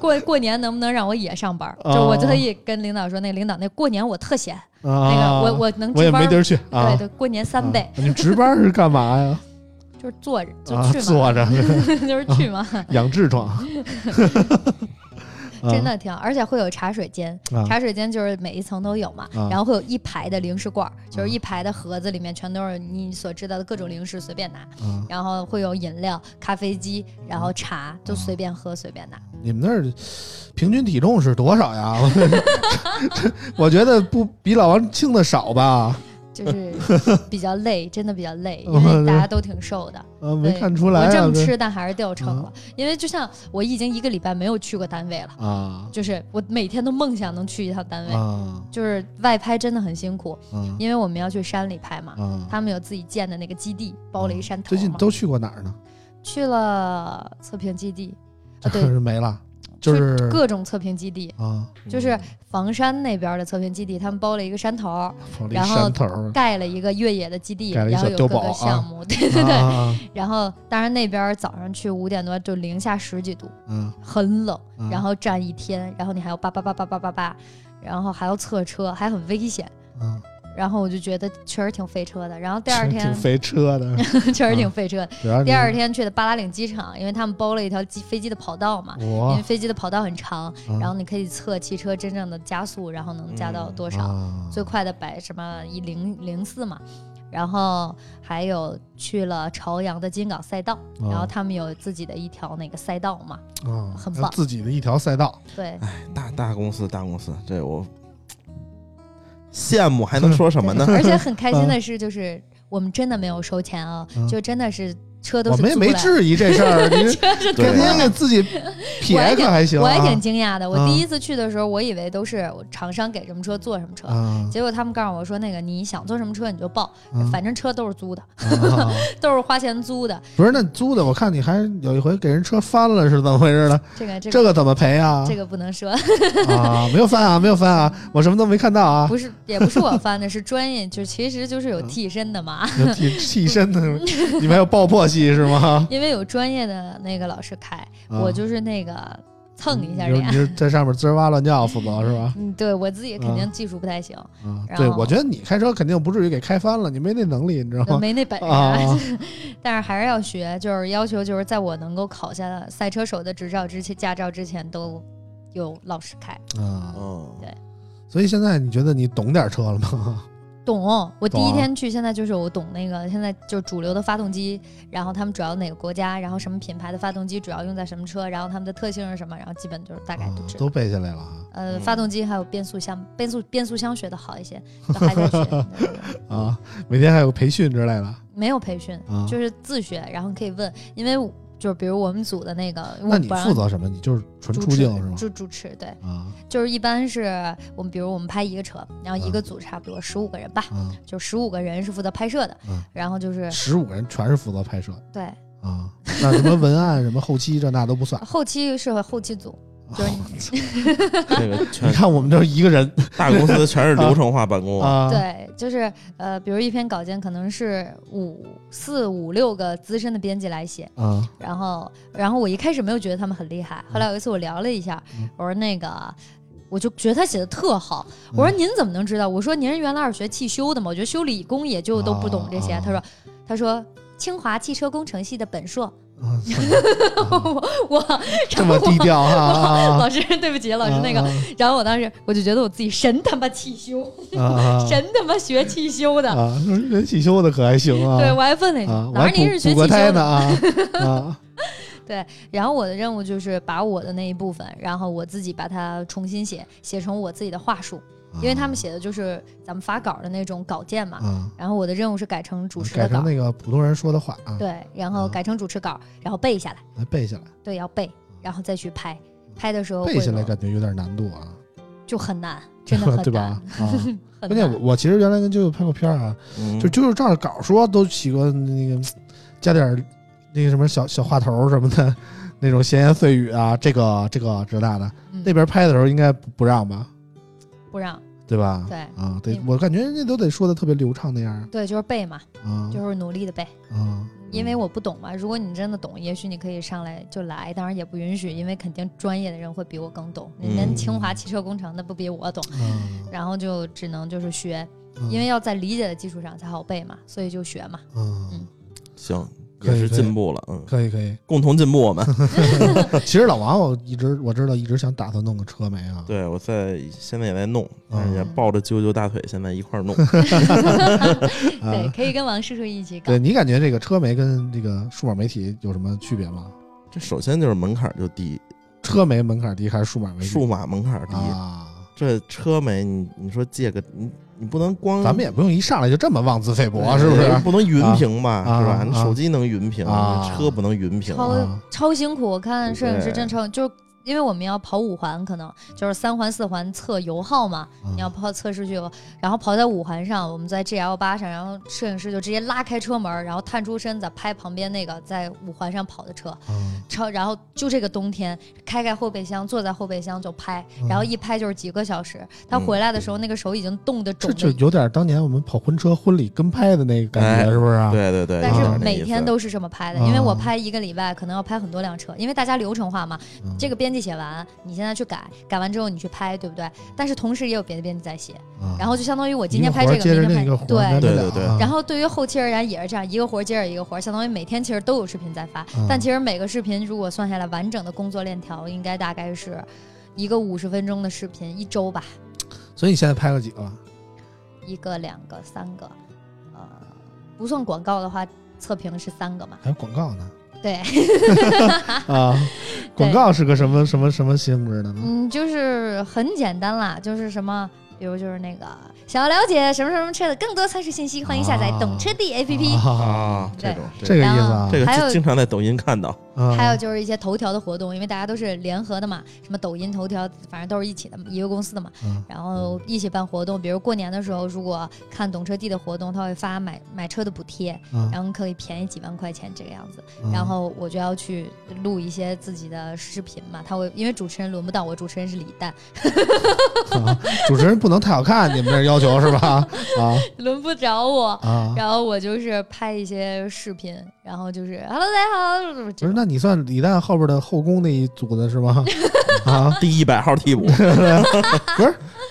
Speaker 4: 过过年能不能让我也上班？就
Speaker 2: 哦
Speaker 4: 我特意跟领导说，那个领导那过年我特闲，那
Speaker 2: 那
Speaker 4: 个我我能
Speaker 2: 啊我也
Speaker 4: 值
Speaker 2: 没
Speaker 4: 班
Speaker 2: 地。儿去啊
Speaker 4: 对。对，过年三倍
Speaker 2: 啊你值班是干嘛呀？
Speaker 4: 就是坐着就
Speaker 2: 啊，
Speaker 4: 去嘛，
Speaker 2: 坐着
Speaker 4: 就是去嘛，
Speaker 2: 养痔疮， 啊
Speaker 4: 真的挺好，而且会有茶水间，
Speaker 2: 啊
Speaker 4: 茶水间就是每一层都有嘛，
Speaker 2: 啊
Speaker 4: 然后会有一排的零食罐儿，就是一排的盒子里面全都是你所知道的各种零食，随便拿。
Speaker 2: 啊！
Speaker 4: 然后会有饮料、咖啡机，然后茶，就随便喝随便拿。
Speaker 2: 你们那儿平均体重是多少呀？ 我觉得不比老王轻的少吧？
Speaker 4: 就是 比较累，真的比较累，因
Speaker 2: 我
Speaker 4: 为大家都挺瘦的。
Speaker 2: 啊，没
Speaker 4: 对
Speaker 2: 看出来
Speaker 4: 我
Speaker 2: 啊嗯
Speaker 4: 这么
Speaker 2: 这
Speaker 4: 吃，但还是掉秤了，因为就像我已经一个礼拜没有去过单位了，
Speaker 2: 啊
Speaker 4: 就是我每天都梦想能去一趟单位。
Speaker 2: 啊
Speaker 4: 就是外拍真的很辛苦，
Speaker 2: 啊
Speaker 4: 因为我们要去山里拍嘛，
Speaker 2: 啊！
Speaker 4: 他们有自己建的那个基地，包了一山头嘛。
Speaker 2: 最近都去过哪儿呢？
Speaker 4: 去了测评基地，
Speaker 2: 就
Speaker 4: 啊对，
Speaker 2: 是没了，就是
Speaker 4: 各种测评基地，
Speaker 2: 啊，
Speaker 4: 就是房山那边的测评基地，他们包了一个山头儿，
Speaker 2: 跑了一
Speaker 4: 然后
Speaker 2: 山头儿，
Speaker 4: 盖了一个越野的基地，
Speaker 2: 嗯盖了一
Speaker 4: 然后
Speaker 2: 小
Speaker 4: 有
Speaker 2: 碉
Speaker 4: 各
Speaker 2: 堡啊
Speaker 4: 个项目，对对对。
Speaker 2: 啊
Speaker 4: 然后当然那边早上去五点多就零下十几度，
Speaker 2: 啊啊
Speaker 4: 很冷，
Speaker 2: 啊
Speaker 4: 然后站一天，然后你还要叭叭叭叭叭叭叭，然后还要测车，还很危险。
Speaker 2: 啊！
Speaker 4: 然后我就觉得确实挺费车的，然后第二天
Speaker 2: 挺肥车的，
Speaker 4: 确实
Speaker 2: 啊
Speaker 4: 挺费车的。
Speaker 2: 主要是
Speaker 4: 第二天去的巴达岭机场，因为他们包了一条机飞机的跑道嘛，因
Speaker 2: 我
Speaker 4: 为飞机的跑道很长，
Speaker 2: 啊
Speaker 4: 然后你可以测汽车真正的加速，然后能加到多少，
Speaker 2: 啊
Speaker 4: 最快的百什么一零零四嘛。然后还有去了朝阳的金港赛道，
Speaker 2: 啊
Speaker 4: 然后他们有自己的一条那个赛道嘛，
Speaker 2: 啊
Speaker 4: 很
Speaker 2: 他
Speaker 4: 棒
Speaker 2: 自己的一条赛道，
Speaker 4: 对，
Speaker 3: 哎，大大公司，大公司，这我羡慕，还能说什 么呢？
Speaker 4: 而且很开心的是，就是我们真的没有收钱啊，
Speaker 2: 嗯
Speaker 4: 就真的是车都
Speaker 2: 我
Speaker 4: 是
Speaker 2: 们也
Speaker 4: 租
Speaker 2: 没
Speaker 4: 来的
Speaker 2: 质疑这事 儿，你这
Speaker 4: 是
Speaker 3: 对
Speaker 2: 天天给自己撇可还行啊，
Speaker 4: 我也挺惊讶的。我
Speaker 2: 啊
Speaker 4: 第一次去的时候，我以为都是厂商给什么车做什么车，
Speaker 2: 啊，
Speaker 4: 结果他们告诉我说，那个你想坐什么车你就报，
Speaker 2: 嗯
Speaker 4: 反正车都是租的，
Speaker 2: 啊
Speaker 4: 都是花钱租的。
Speaker 2: 不是那租的，我看你还有一回给人车翻了是怎么回事呢？
Speaker 4: 这个这个
Speaker 2: 这个怎么赔啊？
Speaker 4: 这个不能说，
Speaker 2: 啊，没有翻啊，没有翻啊，我什么都没看到啊，
Speaker 4: 不是也不是我翻的，是专业，就其实就是
Speaker 2: 嗯
Speaker 4: 有替身的嘛，
Speaker 2: 有 替替身的，你们还有爆破戏是吗？
Speaker 4: 因为有专业的那个老师开，
Speaker 2: 啊
Speaker 4: 我就是那个蹭一下
Speaker 2: 你就你
Speaker 4: 脸。
Speaker 2: 就在上面滋儿哇乱叫，负责是 吧？
Speaker 4: 嗯，对我自己肯定技术不太行，
Speaker 2: 啊，
Speaker 4: 然
Speaker 2: 对，
Speaker 4: 后
Speaker 2: 我觉得你开车肯定不至于给开翻了，你没那能力，你知道 吗？
Speaker 4: 没那本事，
Speaker 2: 啊
Speaker 4: 但是还是要学，就是要求就是在我能够考下赛车手的执照之前，驾照之前都有老师开。
Speaker 2: 啊，
Speaker 3: 嗯，
Speaker 2: 所以现在你觉得你懂点车了吗？
Speaker 4: 懂，我第
Speaker 2: 懂
Speaker 4: 一
Speaker 2: 啊
Speaker 4: 天去，现在就是我懂那个，现在就是主流的发动机，然后他们主要哪个国家，然后什么品牌的发动机主要用在什么车，然后他们的特性是什么，然后基本就是大概
Speaker 2: 啊
Speaker 4: 哎就知道。
Speaker 2: 都背下来了啊
Speaker 4: 呃，
Speaker 3: 嗯
Speaker 4: 发动机还有变速箱，变速变速箱学的好一些，就还在学，对对对
Speaker 2: 啊，每天还有培训之类的。
Speaker 4: 没有培训，
Speaker 2: 啊
Speaker 4: 就是自学，然后你可以问，因为就是比如我们组的那个，
Speaker 2: 那你
Speaker 4: 我不让
Speaker 2: 负责什么？你就是纯
Speaker 4: 主
Speaker 2: 出
Speaker 4: 持
Speaker 2: 镜是吗？
Speaker 4: 主主持对，
Speaker 2: 啊
Speaker 4: 就是一般是我们比如我们拍一个车，然后一
Speaker 2: 啊
Speaker 4: 个组差不多十五个人吧，
Speaker 2: 啊，
Speaker 4: 就十五个人是负责拍摄的
Speaker 2: 啊，
Speaker 4: 然后就是
Speaker 2: 十五个人全是负责拍摄
Speaker 4: 对。
Speaker 2: 啊，那什么文案、什么后期这那都不算。
Speaker 4: 后期是后期组，就是你
Speaker 3: 这个
Speaker 2: 你
Speaker 3: 全
Speaker 2: 看我们就是一个人
Speaker 3: 大公司全是流程化办公，
Speaker 2: 啊，
Speaker 4: 对，就是呃，比如一篇稿件可能是五四五六个资深的编辑来写，
Speaker 2: 啊
Speaker 4: 然
Speaker 2: 嗯
Speaker 4: 后然后我一开始没有觉得他们很厉害，后来有一次我聊了一下，我说那个。我就觉得他写的特好。
Speaker 2: 嗯
Speaker 4: 我说您怎么能知道？我说您是原来是学汽修的嘛，我觉得修理工也就都不懂这些。
Speaker 2: 啊啊
Speaker 4: 他说，他说清华汽车工程系的本硕。
Speaker 2: 啊，
Speaker 4: 我
Speaker 2: 这么低调哈啊，
Speaker 4: 老师，对不起，老师那个。然后我当时我就觉得我自己神他妈汽修，
Speaker 2: 啊，
Speaker 4: 神他妈学汽修的。
Speaker 2: 啊，说人汽修的可还行啊，
Speaker 4: 对，我还问那句
Speaker 2: 啊，我
Speaker 4: 哪
Speaker 2: 还
Speaker 4: 儿您是
Speaker 2: 补补
Speaker 4: 学汽修
Speaker 2: 过胎呢
Speaker 4: 的？
Speaker 2: 啊啊，
Speaker 4: 然后我的任务就是把我的那一部分，然后我自己把它重新写，写成我自己的话术，因为他们写的就是咱们发稿的那种稿件嘛。
Speaker 2: 啊，
Speaker 4: 然后我的任务是改成主持
Speaker 2: 改
Speaker 4: 的稿
Speaker 2: 成，那个普通人说的话啊，
Speaker 4: 对，然后
Speaker 2: 啊
Speaker 4: 改成主持稿，然后背下来，
Speaker 2: 来背下来，
Speaker 4: 对，要背，然后再去拍。拍的时候
Speaker 2: 背下来
Speaker 4: 会有
Speaker 2: 感觉有点难度啊，
Speaker 4: 就 很难，真的很难，
Speaker 2: 对吧？啊，
Speaker 4: 很
Speaker 2: 关键我
Speaker 4: 难。
Speaker 2: 我其实原来跟舅舅拍过片儿啊，
Speaker 3: 嗯
Speaker 2: 就就是照着稿说都起过那个加点儿那个什么小小话头儿什么的，那种闲言碎语啊，这个这个这那的，
Speaker 4: 嗯
Speaker 2: 那边拍的时候应该不不让吧，
Speaker 4: 不让，
Speaker 2: 对吧？
Speaker 4: 对
Speaker 2: 啊，对
Speaker 4: 嗯
Speaker 2: 我感觉人家都得说的特别流畅那样儿
Speaker 4: 对，就是背嘛，
Speaker 2: 啊，
Speaker 3: 嗯
Speaker 4: 就是努力的背。
Speaker 2: 啊，
Speaker 4: 因为我不懂嘛，如果你真的懂，也许你可以上来就来，当然也不允许，因为肯定专业的人会比我更懂。
Speaker 3: 嗯
Speaker 4: 人家清华汽车工程的不比我懂，
Speaker 2: 嗯
Speaker 4: 然后就只能就是学，
Speaker 2: 嗯
Speaker 4: 因为要在理解的基础上才好背嘛，所以就学嘛。
Speaker 2: 嗯，
Speaker 3: 行，
Speaker 2: 可
Speaker 3: 也
Speaker 2: 以
Speaker 3: 是
Speaker 2: 可以
Speaker 3: 进步了，嗯，
Speaker 2: 可以可以。
Speaker 3: 共同进步我 们。
Speaker 2: 其实老王，我一直我知道一直想打算弄个车没啊，
Speaker 3: 对，我在现在也在弄，但是也
Speaker 4: 嗯
Speaker 3: 抱着啾啾大腿，现在一块儿 弄。
Speaker 4: 对，
Speaker 2: 啊，
Speaker 4: 可以跟王叔叔一起搞
Speaker 2: 对。你感觉这个车媒跟这个数码媒体有什么区别吗？
Speaker 3: 这首先就是门槛儿就低，
Speaker 2: 车媒门槛低还是数码媒体？
Speaker 3: 数码门槛儿低。
Speaker 2: 啊，
Speaker 3: 这车没你，你说借个你，你不能光
Speaker 2: 咱们也不用一上来就这么妄自菲薄，是不
Speaker 3: 嗯对嗯
Speaker 2: 是？
Speaker 3: 不能云屏吧，
Speaker 2: 啊
Speaker 3: 是吧？
Speaker 2: 啊
Speaker 3: 你手机能云屏，
Speaker 2: 啊
Speaker 3: 你车不能云屏。
Speaker 4: 超
Speaker 2: 啊
Speaker 4: 超辛苦，我看摄影师
Speaker 3: 对
Speaker 4: 真超，就是因为我们要跑五环，可能就是三环四环测油耗嘛，你
Speaker 2: 嗯
Speaker 4: 要跑测试去，然后跑在五环上，我们在 GL 八上，然后摄影师就直接拉开车门，然后探出身子拍旁边那个在五环上跑的车，
Speaker 2: 啊
Speaker 4: 超然后就这个冬天开开后备箱，坐在后备箱就拍，
Speaker 2: 嗯
Speaker 4: 然后一拍就是几个小时，他
Speaker 3: 嗯
Speaker 4: 回来的时候那个手已经冻得肿
Speaker 2: 这就
Speaker 4: 的。
Speaker 2: 有点当年我们跑婚车婚礼跟拍的那个感觉，
Speaker 3: 哎
Speaker 2: 是不是啊？
Speaker 3: 对对对，
Speaker 4: 但
Speaker 3: 有
Speaker 4: 是
Speaker 3: 点那意
Speaker 4: 每
Speaker 3: 思
Speaker 4: 天都是这么拍的，
Speaker 2: 啊
Speaker 4: 因为我拍一个礼拜，可能要拍很多辆车，因为大家流程化嘛，
Speaker 2: 嗯，
Speaker 4: 这个编辑写完，你现在去改，改完之后你去拍，对不对？但是同时也有别的编辑在写，
Speaker 2: 啊
Speaker 4: 然后就相当于我
Speaker 2: 一
Speaker 4: 今天
Speaker 2: 个
Speaker 4: 拍
Speaker 2: 活儿
Speaker 4: 这个，
Speaker 2: 接着
Speaker 4: 明
Speaker 2: 另一
Speaker 4: 天
Speaker 2: 个
Speaker 4: 拍
Speaker 2: 活儿，
Speaker 4: 对。
Speaker 2: 连着
Speaker 3: 对
Speaker 2: 俩
Speaker 3: 对对
Speaker 2: 啊
Speaker 4: 然后对于后期而言也是这样，一个活儿接着一个活儿，相当于每天其实都有视频在发，
Speaker 2: 嗯
Speaker 4: 但其实每个视频如果算下来完整的工作链条，应该大概是一个五十分钟的视频，一周吧，
Speaker 2: 所以你现在拍了几个了？
Speaker 4: 一个、两个、三个，呃，不算广告的话，测评是三个嘛？
Speaker 2: 还有广告呢？
Speaker 4: 对，
Speaker 2: 啊，广告是个什么什么什么性质的呢？
Speaker 4: 嗯，就是很简单啦，就是什么。比如就是那个想要了解什么什么车的更多测试信息，欢迎下载
Speaker 2: 啊
Speaker 4: 懂车帝 APP。
Speaker 2: 啊，
Speaker 3: 啊，这种
Speaker 2: 这个意思
Speaker 4: 然
Speaker 2: 啊
Speaker 4: 后，
Speaker 3: 这个
Speaker 4: 还有
Speaker 3: 经经常在抖音看到，
Speaker 2: 啊
Speaker 4: 还有就是一些头条的活动，因为大家都是联合的嘛，什么抖音、头条，反正都是一起的，一个公司的嘛。
Speaker 2: 嗯
Speaker 4: 然后一起办活动，比如过年的时候，如果看懂车帝的活动，他会发买买车的补贴，
Speaker 2: 嗯
Speaker 4: 然后可以便宜几万块钱这个样子。
Speaker 2: 嗯
Speaker 4: 然后我就要去录一些自己的视频嘛，他会因为主持人轮不到我，主持人是李诞，
Speaker 2: 啊主持人不能太好看，你们这要求是 吧？啊
Speaker 4: 轮不着我。
Speaker 2: 啊，
Speaker 4: 然后我就是拍一些视频，然后就是 “hello，大家好”
Speaker 2: 不
Speaker 4: 这
Speaker 2: 是，
Speaker 4: 种。
Speaker 2: 那你算李诞后边的后宫那一组的是 吗？啊，
Speaker 3: 第一百号 替补，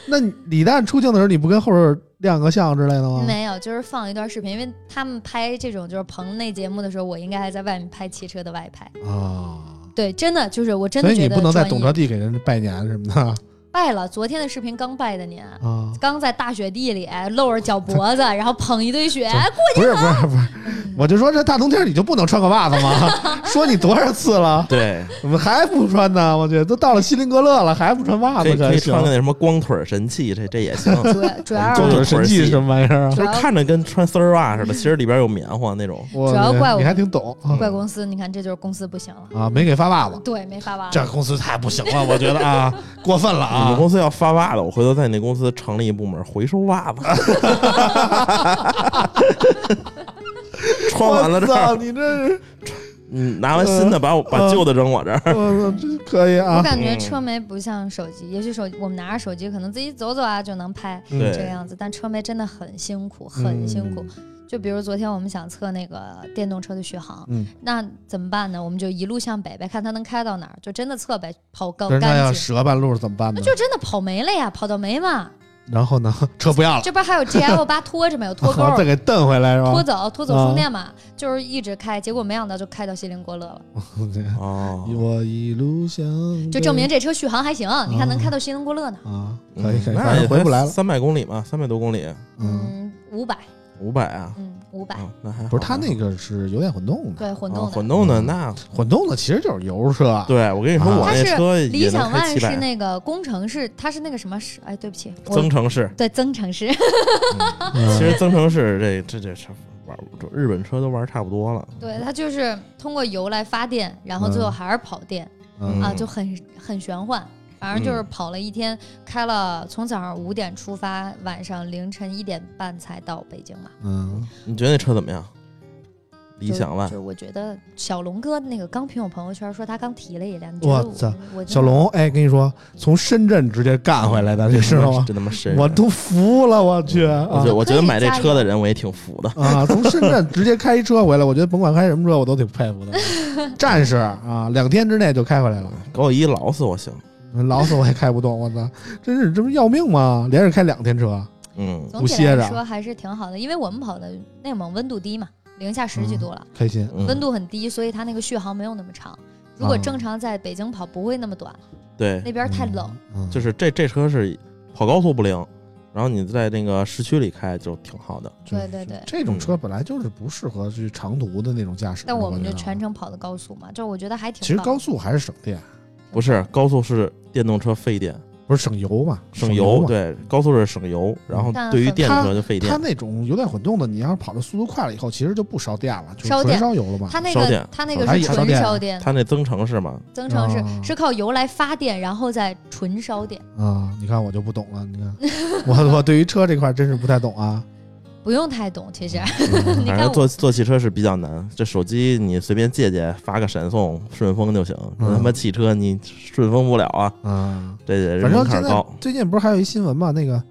Speaker 2: 那李诞出镜的时候，你不跟后边亮个相之类的吗？
Speaker 4: 没有，就是放一段视频，因为他们拍这种就是棚内节目的时候，我应该还在外面拍汽车的外拍。
Speaker 2: 啊，
Speaker 4: 对，真的就是我真
Speaker 2: 所
Speaker 4: 的
Speaker 2: 以
Speaker 4: 觉
Speaker 2: 你
Speaker 4: 得
Speaker 2: 不能在
Speaker 4: 专
Speaker 2: 懂
Speaker 4: 业
Speaker 2: 车帝给人拜年什么的
Speaker 4: 拜了，昨天的视频刚拜的年，
Speaker 2: 啊。
Speaker 4: 刚在大雪地里露着脚脖子，然后捧一堆雪，
Speaker 2: 不是不是不是，
Speaker 4: 嗯
Speaker 2: 我就说这大冬天你就不能穿个袜子 吗？说你多少次了，
Speaker 3: 对，
Speaker 2: 怎么还不穿呢？我觉得都到了锡林格勒了，还不穿袜
Speaker 3: 可
Speaker 2: 子
Speaker 3: 以可以
Speaker 2: 行
Speaker 3: 穿？个那什么光腿神器，这这 也行，
Speaker 4: 主要主要
Speaker 2: 光
Speaker 3: 光
Speaker 2: 腿
Speaker 3: 腿
Speaker 2: 神
Speaker 3: 神
Speaker 2: 器
Speaker 3: 器
Speaker 2: 什
Speaker 3: 什
Speaker 2: 么玩意儿啊？
Speaker 4: 主
Speaker 3: 就是
Speaker 4: 要
Speaker 3: 看着跟穿丝儿袜似的，其实里边有棉花那种。
Speaker 2: 我
Speaker 4: 主要怪我
Speaker 2: 你还挺懂
Speaker 4: 怪公司，你看这就是公司不行了。
Speaker 2: 啊，没给发袜子，
Speaker 4: 对，没发完。
Speaker 2: 这公司太不行了，我觉得啊，过分了
Speaker 3: 你们
Speaker 2: 啊！
Speaker 3: 公司要发袜子，我回头在你公司成立一部门回收 袜子，穿完了
Speaker 2: 我
Speaker 3: 这儿
Speaker 2: 操，，你这是，
Speaker 3: 嗯，拿完新的把我把旧的扔我这儿，
Speaker 2: 我操，这可以
Speaker 4: 我
Speaker 2: 啊！
Speaker 4: 感觉车媒不像手机，也许手我们拿着手机，可能自己走走啊就能拍
Speaker 2: 嗯
Speaker 4: 这个
Speaker 3: 对，
Speaker 4: 样子，但车媒真的很辛苦，很辛苦。就比如昨天我们想测那个电动车的续航，
Speaker 2: 嗯，
Speaker 4: 那怎么办呢？我们就一路向北呗，看它能开到哪儿，就真的测呗，跑高
Speaker 2: 但是哦那要
Speaker 4: 干净，
Speaker 2: 折半路怎么办呢
Speaker 4: 那？就真的跑没了呀，跑到没嘛。
Speaker 2: 然后 呢，车不要了，
Speaker 4: 这边还有 GL 八拖着嘛， 有脱钩，
Speaker 2: 再给蹬回来是
Speaker 4: 拖
Speaker 2: 吧？
Speaker 4: 走
Speaker 2: 哦
Speaker 4: 拖走充电嘛，就是一直开，结果没想到就开到锡林郭勒了，
Speaker 2: 对
Speaker 3: 哦，
Speaker 2: 我一路向
Speaker 4: 就证明这车续航还行，你
Speaker 2: 哦
Speaker 4: 看能开到锡林郭勒呢。
Speaker 2: 北啊，可以可以，
Speaker 3: 嗯那
Speaker 2: 反正
Speaker 3: 也
Speaker 2: 回不来了。
Speaker 3: 三百公里嘛，三百多公里，
Speaker 2: 嗯，
Speaker 4: 嗯，五百，
Speaker 3: 五百啊，
Speaker 4: 嗯，五百，
Speaker 3: 啊，那还好
Speaker 2: 不是，它那个是有点混动的，
Speaker 4: 对，混
Speaker 3: 啊
Speaker 4: 动的。
Speaker 3: 混动的
Speaker 2: 嗯
Speaker 3: 那，
Speaker 2: 混动的其实就是油车，
Speaker 3: 对我跟你说，
Speaker 2: 啊
Speaker 3: 我
Speaker 4: 它
Speaker 3: 那
Speaker 4: 是
Speaker 3: 车
Speaker 4: 理
Speaker 3: 也能
Speaker 4: 想
Speaker 3: 开
Speaker 4: 万
Speaker 3: 七
Speaker 4: 是
Speaker 3: 百，
Speaker 4: 那个工程师，他是那个什么师？哎，对不起，我
Speaker 3: 增程式。
Speaker 4: 对增程师，
Speaker 2: 嗯
Speaker 3: 其实增程式这这这车玩日本车都玩差不多了，
Speaker 4: 对他就是通过油来发电，然后最后
Speaker 2: 嗯
Speaker 4: 还是跑电、
Speaker 2: 嗯
Speaker 4: 啊，
Speaker 3: 嗯
Speaker 4: 就很很玄幻。反正就是跑了一天，开了从早上五点出发，晚上凌晨一点半才到北京嘛。
Speaker 2: 嗯，
Speaker 3: 你觉得那车怎么样？理想万
Speaker 4: 就我觉得小龙哥那个刚评我朋友圈说他刚提了一辆，你觉
Speaker 2: 哇
Speaker 4: 得我
Speaker 2: 塞
Speaker 4: 我
Speaker 2: 小龙，哎，跟你说，从深圳直接干回来的， 这知道吗？
Speaker 3: 真他妈神！
Speaker 2: 我都服了，我去
Speaker 3: 嗯我
Speaker 2: 啊
Speaker 3: 觉得我觉得
Speaker 4: 可以
Speaker 3: 买这
Speaker 4: 加
Speaker 3: 车
Speaker 4: 油
Speaker 3: 的人我也挺服的。
Speaker 2: 啊！从深圳直接开一车回来，我觉得甭管开什么车，我都挺佩服 的。战士啊，两天之内就开回来了，
Speaker 3: 高一老死我行，
Speaker 2: 老死我也开不动，我操！真是这不要命吗？连着开两天车，
Speaker 3: 嗯，
Speaker 4: 总
Speaker 2: 不啊
Speaker 4: 体
Speaker 2: 歇
Speaker 4: 来
Speaker 2: 着
Speaker 4: 说还是挺好的，因为我们跑的内蒙温度低嘛，零下十几
Speaker 2: 嗯
Speaker 4: 度了。
Speaker 2: 开心。
Speaker 3: 嗯
Speaker 4: 温度很低，所以它那个续航没有那么长。如果
Speaker 2: 啊
Speaker 4: 正常在北京跑不会那么短，
Speaker 3: 对，
Speaker 4: 那边太冷。
Speaker 2: 哦嗯，
Speaker 3: 就是是这这车是跑高速不灵，然后你在那个市区里开就挺好的。
Speaker 4: 对对对。
Speaker 2: 这种
Speaker 3: 嗯
Speaker 2: 车本来就是不适合去长途的那种驾驶。
Speaker 4: 但我们就
Speaker 2: 觉得啊
Speaker 4: 全程跑的高速嘛，就我觉得还挺
Speaker 2: 其实
Speaker 4: 棒
Speaker 2: 高速还是省电，
Speaker 3: 不是高速是电动车费电，
Speaker 2: 不是省油嘛，
Speaker 3: 省
Speaker 2: 油
Speaker 3: 油。
Speaker 2: 嘛。
Speaker 3: 对，高速是省油，然后
Speaker 4: 但
Speaker 3: 对于
Speaker 4: 很
Speaker 3: 电动
Speaker 2: 它
Speaker 3: 车就费
Speaker 2: 它
Speaker 3: 电。
Speaker 2: 那种有点混动的，你要是跑的速度快了以后，其实就不烧电了，就
Speaker 4: 烧
Speaker 2: 纯
Speaker 4: 电
Speaker 2: 烧油了嘛。
Speaker 4: 它那
Speaker 3: 烧电
Speaker 4: 个它那个
Speaker 2: 它
Speaker 4: 是
Speaker 2: 也烧
Speaker 4: 纯
Speaker 2: 电
Speaker 4: 烧电，
Speaker 3: 它那增程是吗？
Speaker 4: 增程是、
Speaker 2: 哦
Speaker 4: 是靠油来发电，然后再纯烧电，
Speaker 2: 啊，你看我就不懂了，你看我我对于车这块真是不太懂啊。
Speaker 4: 不用太懂。其实
Speaker 2: 嗯
Speaker 4: 你
Speaker 3: 反
Speaker 4: 看
Speaker 3: 正
Speaker 4: 我
Speaker 3: 坐坐汽车是比较难，这手机你随便借借发个闪送顺丰就行。
Speaker 2: 嗯
Speaker 3: 那他妈汽车你顺丰不了啊，
Speaker 2: 啊，
Speaker 3: 这得是
Speaker 2: 反正
Speaker 3: 门
Speaker 2: 现
Speaker 3: 槛
Speaker 2: 在
Speaker 3: 高。
Speaker 2: 最近不是还有一新闻嘛，那个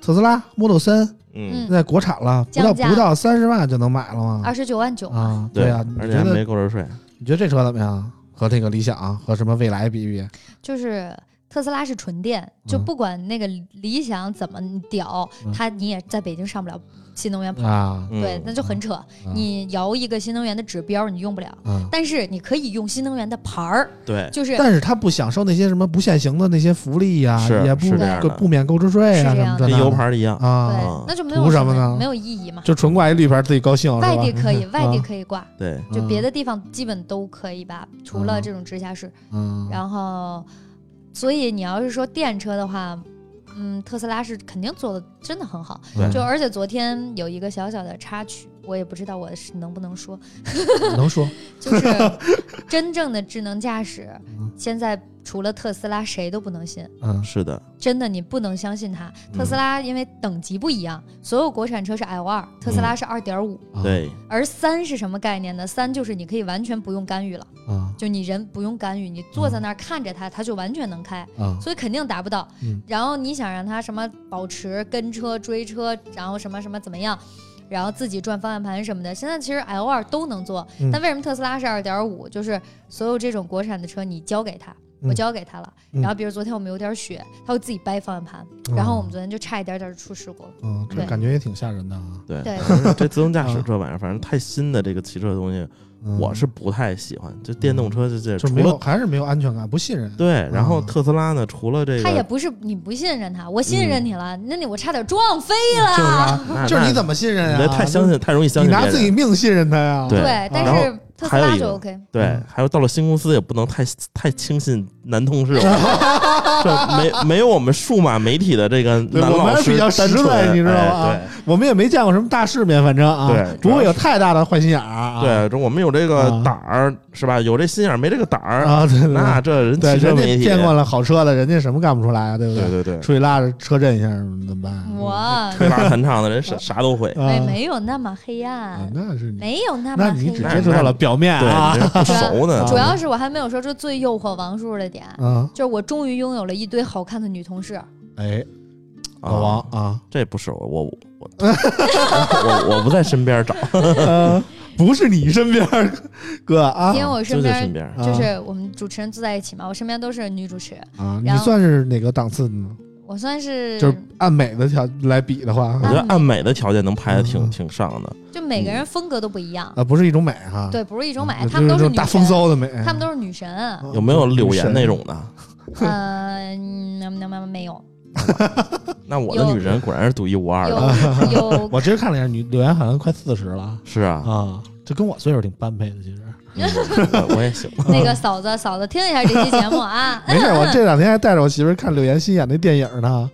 Speaker 2: 特斯拉 Model 3
Speaker 3: 嗯
Speaker 4: 嗯，
Speaker 2: 现在国产了，不到
Speaker 4: 降价
Speaker 2: 不到三十万就能买了吗
Speaker 4: 二？十九万九嘛，
Speaker 2: 嗯啊，对啊，
Speaker 3: 而
Speaker 2: 你
Speaker 3: 且还
Speaker 2: 觉
Speaker 3: 没
Speaker 2: 得
Speaker 3: 购置税。
Speaker 2: 你觉得这车怎么样？和这个理想和什么蔚来比一比，
Speaker 4: 就是。特斯拉是纯电，就
Speaker 2: 嗯
Speaker 4: 不管那个理想怎么屌，
Speaker 2: 嗯
Speaker 4: 它你也在北京上不了新能源跑，
Speaker 2: 啊，
Speaker 3: 嗯
Speaker 4: 对，那就很扯。
Speaker 2: 啊
Speaker 4: 你摇一个新能源的指标，你用不了，
Speaker 2: 啊，
Speaker 4: 但是你可以用新能源的牌儿，
Speaker 2: 哎
Speaker 3: 对，
Speaker 4: 就是
Speaker 2: 但是它不享受那些什么不限行的那些福利呀，
Speaker 3: 是
Speaker 2: 也不
Speaker 3: 是这样的
Speaker 2: 不免购置税啊什
Speaker 4: 是这样
Speaker 2: 么
Speaker 4: 的
Speaker 2: 这
Speaker 3: 跟
Speaker 2: 那的
Speaker 3: 油牌一样。
Speaker 2: 啊，
Speaker 4: 对，那就没
Speaker 2: 图
Speaker 4: 有
Speaker 2: 什
Speaker 4: 什
Speaker 2: 么呢
Speaker 4: 没有意义嘛。
Speaker 2: 就纯挂一绿牌自己高兴是吧嗯
Speaker 4: 外地可以， 外地可以挂，
Speaker 3: 对，
Speaker 4: 就别
Speaker 2: 的，
Speaker 4: 的地方基本都可以吧，除了这种直辖市。
Speaker 2: 嗯，
Speaker 4: 然后，所以你要是说电车的话，嗯，特斯拉是肯定做的真的很好。
Speaker 2: 对
Speaker 4: 就而且昨天有一个小小的插曲，我也不知道我是能不 能说，
Speaker 2: 能说
Speaker 4: 就是真正的智能驾驶，现在除了特斯拉谁都不能信。
Speaker 2: 嗯
Speaker 3: 是的，
Speaker 4: 真的你不能相信它。
Speaker 3: 嗯
Speaker 4: 特斯拉因为等级不一样，所有国产车是 L 二，
Speaker 2: 嗯
Speaker 4: 特斯拉是二点五，
Speaker 2: 啊
Speaker 3: 对，
Speaker 4: 而三是什么概念呢？三就是你可以完全不用干预了，
Speaker 2: 啊
Speaker 4: 就你人不用干预，你坐在那儿
Speaker 2: 嗯
Speaker 4: 看着它，它就完全能开。
Speaker 2: 啊
Speaker 4: 所以肯定达不到。
Speaker 2: 嗯
Speaker 4: 然后你想让它什么保持跟车、追车，然后什么什么怎么样，然后自己转方向盘什么的，现在其实 L 二都能做。
Speaker 2: 嗯
Speaker 4: 但为什么特斯拉是二点五？就是所有这种国产的车，你交给他，我
Speaker 2: 嗯
Speaker 4: 交给他了。
Speaker 2: 嗯
Speaker 4: 然后比如昨天我们有点雪，他会自己掰方向盘，然后我们昨天就差一点点就出事故了。
Speaker 2: 嗯，这
Speaker 4: 对
Speaker 2: 感觉也挺吓人的啊。
Speaker 3: 对，
Speaker 4: 对
Speaker 3: 反正这自动驾驶这玩意儿，反正太新的这个汽车的东西，
Speaker 2: 嗯
Speaker 3: 我是不太喜欢。这电动车这这
Speaker 2: 就
Speaker 3: 除
Speaker 2: 没有，
Speaker 3: 了
Speaker 2: 还是没有安全感，不信任。
Speaker 3: 对，然后
Speaker 2: 嗯
Speaker 3: 特斯拉呢，除了这
Speaker 4: 他也
Speaker 3: 个，
Speaker 4: 不是你不信任他，我信任你了，那你我差点撞飞了。
Speaker 2: 就是啊
Speaker 3: 那，
Speaker 2: 就是你怎么信任啊
Speaker 3: 你
Speaker 2: 呀？
Speaker 3: 这太相信，太容易
Speaker 2: 就
Speaker 3: 相
Speaker 2: 你
Speaker 3: 信
Speaker 2: 拿
Speaker 3: 别
Speaker 2: 自
Speaker 3: 人。
Speaker 2: 己命信任他呀。
Speaker 3: 对
Speaker 4: 对，但
Speaker 2: 然后
Speaker 4: 是特斯
Speaker 3: 还有
Speaker 4: 拉
Speaker 3: 一个
Speaker 4: 就 OK。
Speaker 3: 对
Speaker 2: 嗯，
Speaker 3: 还有到了新公司也不能太太轻信男 同事，这没没有我们数码媒体的这个
Speaker 2: 对
Speaker 3: 男
Speaker 2: 我们
Speaker 3: 老
Speaker 2: 还是
Speaker 3: 师
Speaker 2: 比较实
Speaker 3: 单纯
Speaker 2: 在你知道
Speaker 3: 哎
Speaker 2: 吗啊我们也没见过什么大世面，反正啊，
Speaker 3: 对
Speaker 2: 不会有太大的坏心眼儿啊。
Speaker 3: 对对，这我们有这个
Speaker 2: 啊
Speaker 3: 胆儿是吧？有这心眼儿没这个胆儿，
Speaker 2: 啊，对对
Speaker 3: 那
Speaker 2: 对
Speaker 3: 这人
Speaker 2: 对，
Speaker 3: 汽车
Speaker 2: 人
Speaker 3: 媒
Speaker 2: 家
Speaker 3: 体，
Speaker 2: 见惯了好车的，人家什么干不出来啊？对不
Speaker 3: 对对对，
Speaker 2: 出去拉着车震一下怎么办？
Speaker 4: 我
Speaker 3: 推拉弹唱的人啥啥 都会。
Speaker 4: 没
Speaker 2: 啊
Speaker 4: 没有那么黑
Speaker 2: 啊
Speaker 4: 暗，，
Speaker 2: 那是你，
Speaker 4: 没有那
Speaker 2: 那
Speaker 4: 么
Speaker 2: 你
Speaker 4: 黑
Speaker 2: 只
Speaker 4: 暗
Speaker 2: 接。触到了表面啊
Speaker 3: 对，你这不熟呢
Speaker 2: 啊。
Speaker 4: 主要是我还没有说出最诱惑王叔的点，
Speaker 2: 啊，
Speaker 4: 就是我终于拥有了一堆好看的女同事，
Speaker 2: 哎，
Speaker 3: 啊
Speaker 2: 老王 啊，
Speaker 3: 这不是我，我我我我不在身边找，
Speaker 2: 呃，不是你身边儿哥啊
Speaker 4: 因为我
Speaker 3: 就
Speaker 4: 身
Speaker 3: 在
Speaker 4: 边
Speaker 3: 身边。
Speaker 2: 啊
Speaker 4: 就是我们主持人坐在一起嘛，我身边都是女主持，
Speaker 2: 啊，你
Speaker 4: 然后
Speaker 2: 算是哪个档次呢？
Speaker 4: 我算是
Speaker 2: 就是按美的条来比的话
Speaker 4: 嗯
Speaker 3: 我觉
Speaker 2: 啊
Speaker 3: 得按美的条件能排的挺
Speaker 2: 嗯
Speaker 3: 挺上的，
Speaker 4: 就每个人风格都不一样，
Speaker 2: 啊，不是一种美哈。
Speaker 4: 对，不是一种
Speaker 2: 啊
Speaker 4: 美，
Speaker 2: 就
Speaker 4: 他们都
Speaker 2: 这
Speaker 4: 是
Speaker 2: 种
Speaker 4: 女
Speaker 2: 大风
Speaker 4: 神，
Speaker 2: 骚的美，
Speaker 4: 他们都是女神，
Speaker 2: 啊
Speaker 3: 有没有柳
Speaker 2: 神
Speaker 3: 岩那种的？
Speaker 4: 呃，嗯那那那没有，
Speaker 3: 那我的
Speaker 4: 有
Speaker 3: 女人果然是独一无二的，
Speaker 4: 有有
Speaker 5: 我这看了一下，你柳岩好像快四十了
Speaker 3: 是
Speaker 2: 嗯，
Speaker 3: 啊，
Speaker 5: 啊，这跟我岁数挺般配的，其实。
Speaker 4: 哎
Speaker 3: 我我也行。
Speaker 4: 那个嫂子，嫂子听一下这期节目啊
Speaker 2: 没事，我这两天还带着我媳妇儿看柳岩新演那电影呢，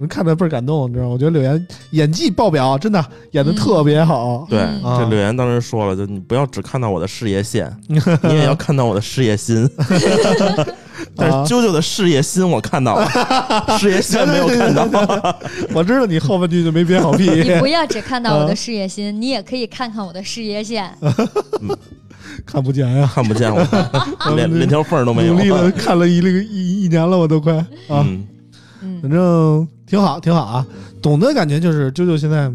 Speaker 2: 我看的倍儿感动，你知道吗？我觉得柳岩演技爆表，真的演的特别好。
Speaker 3: 对，
Speaker 4: 嗯
Speaker 3: 这柳岩当时说了，就你不要只看到我的事 业线，你也要看到我的事业心。但
Speaker 2: 啊
Speaker 3: 是啾啾的事业心我看到了， 事业线没有看到。
Speaker 2: 我知道你后半句就没憋好屁，
Speaker 4: 你不要只看到我的事业心，你也可以看看我的事业线。
Speaker 2: 看不见呀、
Speaker 3: 看不见我，连连条缝 儿都没有
Speaker 2: 嗯
Speaker 3: 啊
Speaker 2: 努。力了看了一个一一年了，我都快啊，
Speaker 3: 嗯，
Speaker 4: 嗯
Speaker 2: 反，正挺好，挺好啊。总的感觉就是啾啾现在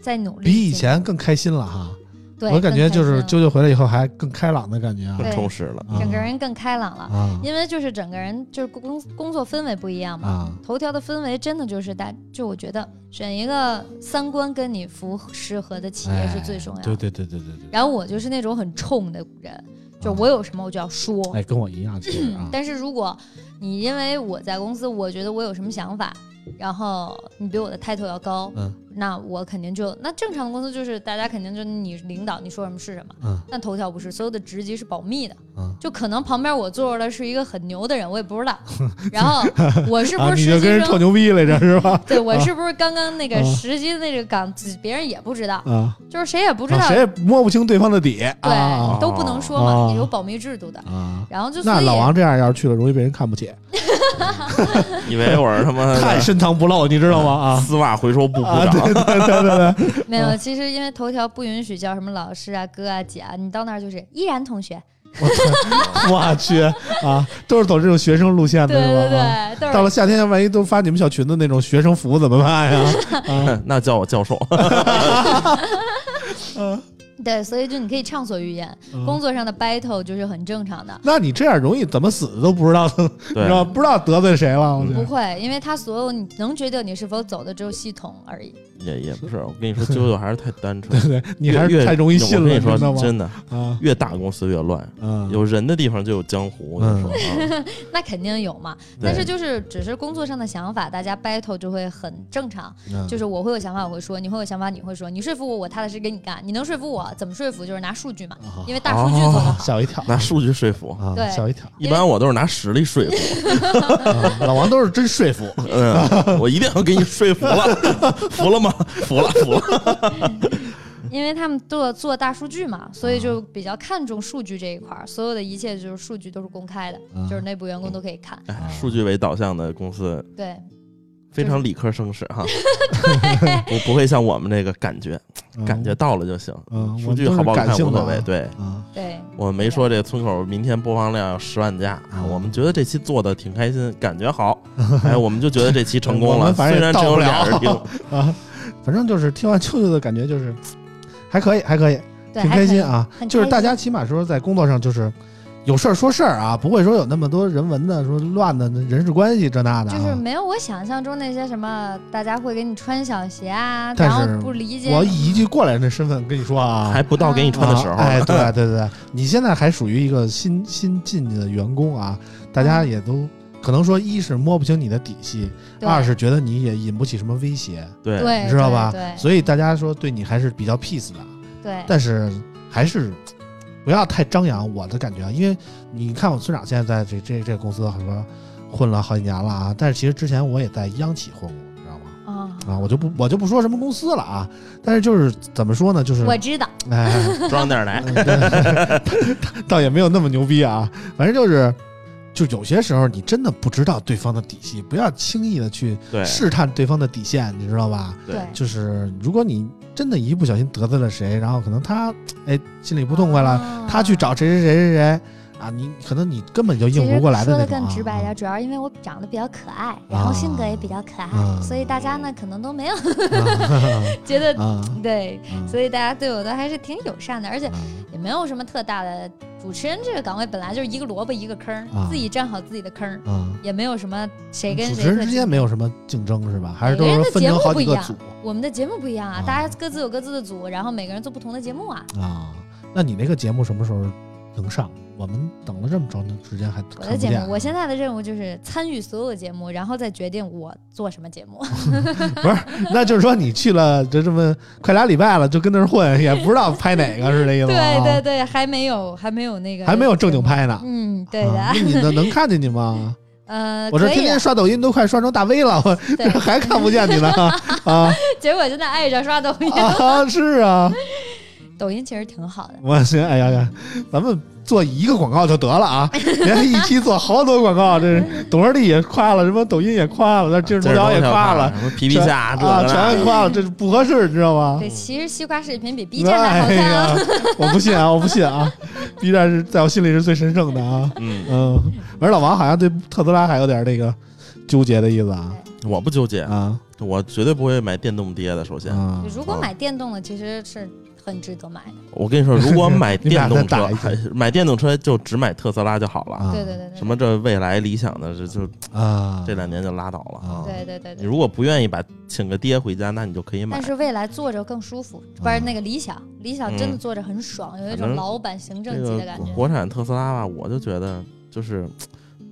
Speaker 4: 在努力，
Speaker 2: 比以前更开心了哈，
Speaker 4: 对，
Speaker 2: 我感觉就是
Speaker 4: 更开心
Speaker 2: 啾啾回来以后还更开朗的感觉啊
Speaker 3: 更
Speaker 4: 对
Speaker 3: 充实了。
Speaker 4: 了整个人更开朗了。
Speaker 2: 啊
Speaker 4: 因为就是整个人就是工工作氛围不一样嘛，
Speaker 2: 啊
Speaker 4: 头条的氛围真的就是大，就我觉得选一个三观跟你符适合的企业是
Speaker 2: 哎
Speaker 4: 最重要的。
Speaker 5: 对对对对对对，
Speaker 4: 然后我就是那种很冲的人，就
Speaker 2: 嗯
Speaker 4: 我有什么我就要说。
Speaker 5: 哎，跟我一样，其实啊，
Speaker 4: 但是如果你因为我在公司，我觉得我有什么想法，然后你比我的 title 要高，
Speaker 5: 嗯
Speaker 4: 那我肯定就那正常的公司就是大家肯定就你领导你说什么是什么，
Speaker 5: 嗯
Speaker 4: 但头条不是，所有的职级是保密的，
Speaker 5: 嗯
Speaker 4: 就可能旁边我坐着的是一个很牛的人，我也不知 道，然后我是不
Speaker 2: 啊，
Speaker 4: 是
Speaker 2: 你
Speaker 4: 实
Speaker 2: 就
Speaker 4: 习
Speaker 2: 跟人
Speaker 4: 生？
Speaker 2: 吹牛逼来着是吧？
Speaker 4: 对我是不是刚刚那个
Speaker 2: 啊
Speaker 4: 实习的那个岗，自别人也不知道，
Speaker 2: 啊，
Speaker 4: 就是谁也不知道
Speaker 2: 啊，谁也摸不清对方的底
Speaker 4: 对、
Speaker 2: 啊。
Speaker 4: 都不能说嘛，
Speaker 2: 啊
Speaker 4: 也有保密制度的。
Speaker 5: 啊，
Speaker 4: 然后就所
Speaker 2: 那
Speaker 4: 以
Speaker 2: 老王这样要是去了，容易被人看不起，
Speaker 3: 以为我是他妈
Speaker 2: 太深藏不露，你知道吗？啊
Speaker 3: 丝袜回收部部
Speaker 2: 啊，对
Speaker 3: 长，
Speaker 2: 对对对对，
Speaker 4: 没有，其实因为头条不允许叫什么老师啊、哥啊、姐啊，你到那儿就是依然同学。
Speaker 2: 我去啊，都是走这种学生路线
Speaker 4: 对
Speaker 2: 的是吧？
Speaker 4: 对
Speaker 2: 啊
Speaker 4: 对，
Speaker 2: 到
Speaker 4: 都
Speaker 2: 了
Speaker 4: 是
Speaker 2: 夏天，万一都发你们小裙子那种学生服怎么办呀？
Speaker 3: 嗯那叫我教授。
Speaker 4: 对，所以就你可以畅所欲言，工作上的 battle 就是很正常的。
Speaker 2: 那你这样容易怎么死都不知道，你
Speaker 3: 对
Speaker 2: 知，道不知道得罪谁了？我觉
Speaker 4: 不
Speaker 2: 得
Speaker 4: 会，因为他所有你能决定你是否走的只有系统而已。
Speaker 3: 也也不是，我跟你说，啾啾还是太单纯。
Speaker 2: 对对，你
Speaker 3: 越
Speaker 2: 还是
Speaker 3: 越
Speaker 2: 太容易信
Speaker 3: 我
Speaker 2: 了，你
Speaker 3: 跟你
Speaker 2: 知道
Speaker 3: 说，
Speaker 2: 吗？
Speaker 3: 真的，
Speaker 2: 啊
Speaker 3: 越大公司越乱，
Speaker 2: 啊，
Speaker 3: 有人的地方就有江湖。我
Speaker 2: 嗯
Speaker 3: 跟你说啊，
Speaker 4: 那肯定有嘛，
Speaker 3: 对
Speaker 4: 但是就是只是工作上的想法，大家 battle 就会很正常。
Speaker 2: 嗯
Speaker 4: 就是我会有想法，我会说；你会有想法，你会说。你说服我，我踏踏实实给你干。你能说服我，怎么说服？就是拿数据嘛，因为大数据做得好。
Speaker 2: 吓我一跳
Speaker 3: 拿数据说服。
Speaker 2: 啊
Speaker 4: 对，
Speaker 2: 吓我一跳。
Speaker 3: 一般我都是拿实力说服，
Speaker 2: 啊老王都是真说服，
Speaker 3: 嗯，我一定要给你说服了， 服了吗？服了，服了。
Speaker 4: 因为他们做做大数据嘛，所以就比较看重数据这一块儿，所有的一切就是数据都是公开的，
Speaker 2: 嗯
Speaker 4: 就是内部员工都可以看。
Speaker 3: 哎，数据为导向的公司
Speaker 4: 对，
Speaker 3: 非常理科生式哈， 不不会像我们这个感觉，
Speaker 2: 嗯
Speaker 3: 感觉到了就行
Speaker 2: 嗯我，
Speaker 3: 数据好不好看无所谓。
Speaker 2: 都是感性
Speaker 3: 对
Speaker 2: 啊
Speaker 4: 对，
Speaker 3: 我没说这村口明天播放量要十万加，啊
Speaker 2: 嗯
Speaker 3: 我们觉得这期做的挺开心，感觉 好，哎，我们就觉得这期成功
Speaker 2: 我
Speaker 3: 了，
Speaker 2: 们反
Speaker 3: 虽
Speaker 2: 正也
Speaker 3: 然只有俩人
Speaker 2: 到不
Speaker 3: 听
Speaker 2: 了， 啊，反正就是听完舅舅的感觉就是还可以，还可以，
Speaker 4: 对，
Speaker 2: 挺
Speaker 4: 还
Speaker 2: 开
Speaker 4: 可以
Speaker 2: 心啊。
Speaker 4: 很
Speaker 2: 就是
Speaker 4: 开
Speaker 2: 大
Speaker 4: 心
Speaker 2: 家起码说在工作上就是有事儿说事儿啊，不会说有那么多人文的说乱的人事关系这那的、啊。
Speaker 4: 就是没有我想象中那些什么，大家会给你穿小鞋啊，
Speaker 2: 但
Speaker 4: 然
Speaker 2: 是
Speaker 4: 后不理解。
Speaker 2: 我以一句过来人的身份跟你说啊，
Speaker 3: 还不到给你穿的时候
Speaker 2: 啊哎，
Speaker 3: 呢。
Speaker 2: 对对对，你现在还属于一个新新进去的员工啊，大
Speaker 4: 嗯
Speaker 2: 家也都可能说，一是摸不清你的底细，
Speaker 4: 对
Speaker 2: 二是觉得你也引不起什么威胁，
Speaker 3: 对
Speaker 4: 对，
Speaker 2: 你知道吧
Speaker 4: 对？
Speaker 2: 所以大家说对你还是比较 peace 的，啊
Speaker 4: 对，
Speaker 2: 但是还是不要太张扬，我的感觉啊，因为你看我村长现在在这这这个公司好像混了好几年了啊，但是其实之前我也在央企混过，你知道吗？
Speaker 4: 啊，
Speaker 2: 啊，我就不我就不说什么公司了啊，但是就是怎么说呢，就是
Speaker 4: 我知道，
Speaker 2: 哎。
Speaker 3: 装点儿来，
Speaker 2: 倒也没有那么牛逼啊，反正就是，就有些时候你真的不知道对方的底细，不要轻易的去
Speaker 3: 对
Speaker 2: 试探对方的底线，你知道吧？
Speaker 3: 对
Speaker 4: 对，
Speaker 2: 就是如果你真的一不小心得罪了谁，然后可能他哎心里不痛快了，
Speaker 4: 啊
Speaker 2: 他去找谁谁谁谁谁，啊，你可能你根本就
Speaker 4: 其
Speaker 2: 应
Speaker 4: 实
Speaker 2: 付过来
Speaker 4: 说
Speaker 2: 那
Speaker 4: 的
Speaker 2: 种
Speaker 4: 更
Speaker 2: 啊
Speaker 4: 直白
Speaker 2: 啊
Speaker 4: 点，主要因为我长得比较可爱，然后性格也比较可爱，
Speaker 2: 啊
Speaker 4: 所以大家呢可能都没有
Speaker 2: 啊
Speaker 4: 觉 得、
Speaker 2: 啊，
Speaker 4: 对，
Speaker 2: 嗯
Speaker 4: 所以大家对我都还是挺友善的，而且
Speaker 2: 嗯
Speaker 4: 也没有什么特大的。主持人这个岗位本来就是一个萝卜一个坑儿，
Speaker 2: 啊
Speaker 4: 自己占好自己的坑儿，
Speaker 2: 啊，
Speaker 4: 也没有什么谁跟
Speaker 2: 主
Speaker 4: 谁
Speaker 2: 持人
Speaker 4: 特
Speaker 2: 之
Speaker 4: 竞
Speaker 2: 间没有什么竞争是吧？还是
Speaker 4: 每个
Speaker 2: 都
Speaker 4: 人
Speaker 2: 是
Speaker 4: 的
Speaker 2: 分
Speaker 4: 节
Speaker 2: 成
Speaker 4: 目
Speaker 2: 好
Speaker 4: 不
Speaker 2: 几
Speaker 4: 一
Speaker 2: 个
Speaker 4: 样
Speaker 2: 组
Speaker 4: 我们的节目不一样啊，
Speaker 2: 啊
Speaker 4: 大家各自有各自的组，然后每个人做不同的节目啊。
Speaker 2: 啊？那你那个节目什么时候能上？我们等了这么长时间还看
Speaker 4: 我的
Speaker 2: 不
Speaker 4: 节
Speaker 2: 见
Speaker 4: 目，我现在的任务就是参与所有节目，然后再决定我做什么节目。
Speaker 2: 那就是说你去了这这么快俩礼拜了，就跟那儿混，也不知道拍哪个，是这意思吗？啊
Speaker 4: 对对对，还没有，还没有那个，
Speaker 2: 还没有正经。拍呢。
Speaker 4: 嗯，对的。
Speaker 2: 啊那你能能看见你 吗？
Speaker 4: 呃，
Speaker 2: 我这
Speaker 4: 可以
Speaker 2: 天天
Speaker 4: 的。
Speaker 2: 刷抖音都快刷成大 V 了，我，
Speaker 4: 对
Speaker 2: 还看不见你呢啊
Speaker 4: 结果现在爱上刷抖音，
Speaker 2: 啊！是啊，
Speaker 4: 抖音其实挺好的。
Speaker 2: 我行，哎呀呀，咱们做一个广告就得了啊，连一期做好多广告，这 是董二弟也夸了，什么抖音也夸了，那啊今日头条也夸了，
Speaker 3: 什么皮皮虾这
Speaker 2: 啊，
Speaker 3: 个那
Speaker 2: 全夸了，这是不合适，你知道吗？
Speaker 4: 对，其实西瓜视频比 B 站还好看 啊。
Speaker 2: 啊哎呀，我不信啊，我不信啊！B 站是在我心里是最神圣的啊。
Speaker 3: 嗯，
Speaker 2: 嗯，而老王好像对特斯拉还有点那个纠结的意思啊
Speaker 3: 我不纠结，
Speaker 2: 啊
Speaker 3: 我绝对不会买电动爹的。首先，
Speaker 2: 啊！
Speaker 4: 如果买电动的，其实是很值得买的。
Speaker 3: 我跟 你说，如果买
Speaker 2: 你俩
Speaker 3: 电
Speaker 2: 再
Speaker 3: 动
Speaker 2: 打
Speaker 3: 车
Speaker 2: 一，架
Speaker 3: 还买电动车就只买特斯拉就好了。
Speaker 2: 啊
Speaker 4: 对对对对。
Speaker 3: 什么这未来理想的这就
Speaker 2: 啊？
Speaker 3: 这两年就拉倒了
Speaker 2: 啊，
Speaker 3: 啊！
Speaker 4: 对对对
Speaker 3: 你
Speaker 4: 对。
Speaker 3: 如果不愿意把请个爹回家，那你就可以买
Speaker 4: 但。是未来坐着更舒服，不
Speaker 2: 啊
Speaker 4: 是那个理想，理想真的坐着很爽，有一
Speaker 3: 反
Speaker 4: 种
Speaker 3: 正
Speaker 4: 老板行
Speaker 3: 嗯这
Speaker 4: 政级
Speaker 3: 个
Speaker 4: 的感
Speaker 3: 国
Speaker 4: 觉。
Speaker 3: 国产特斯拉吧，我就觉得就是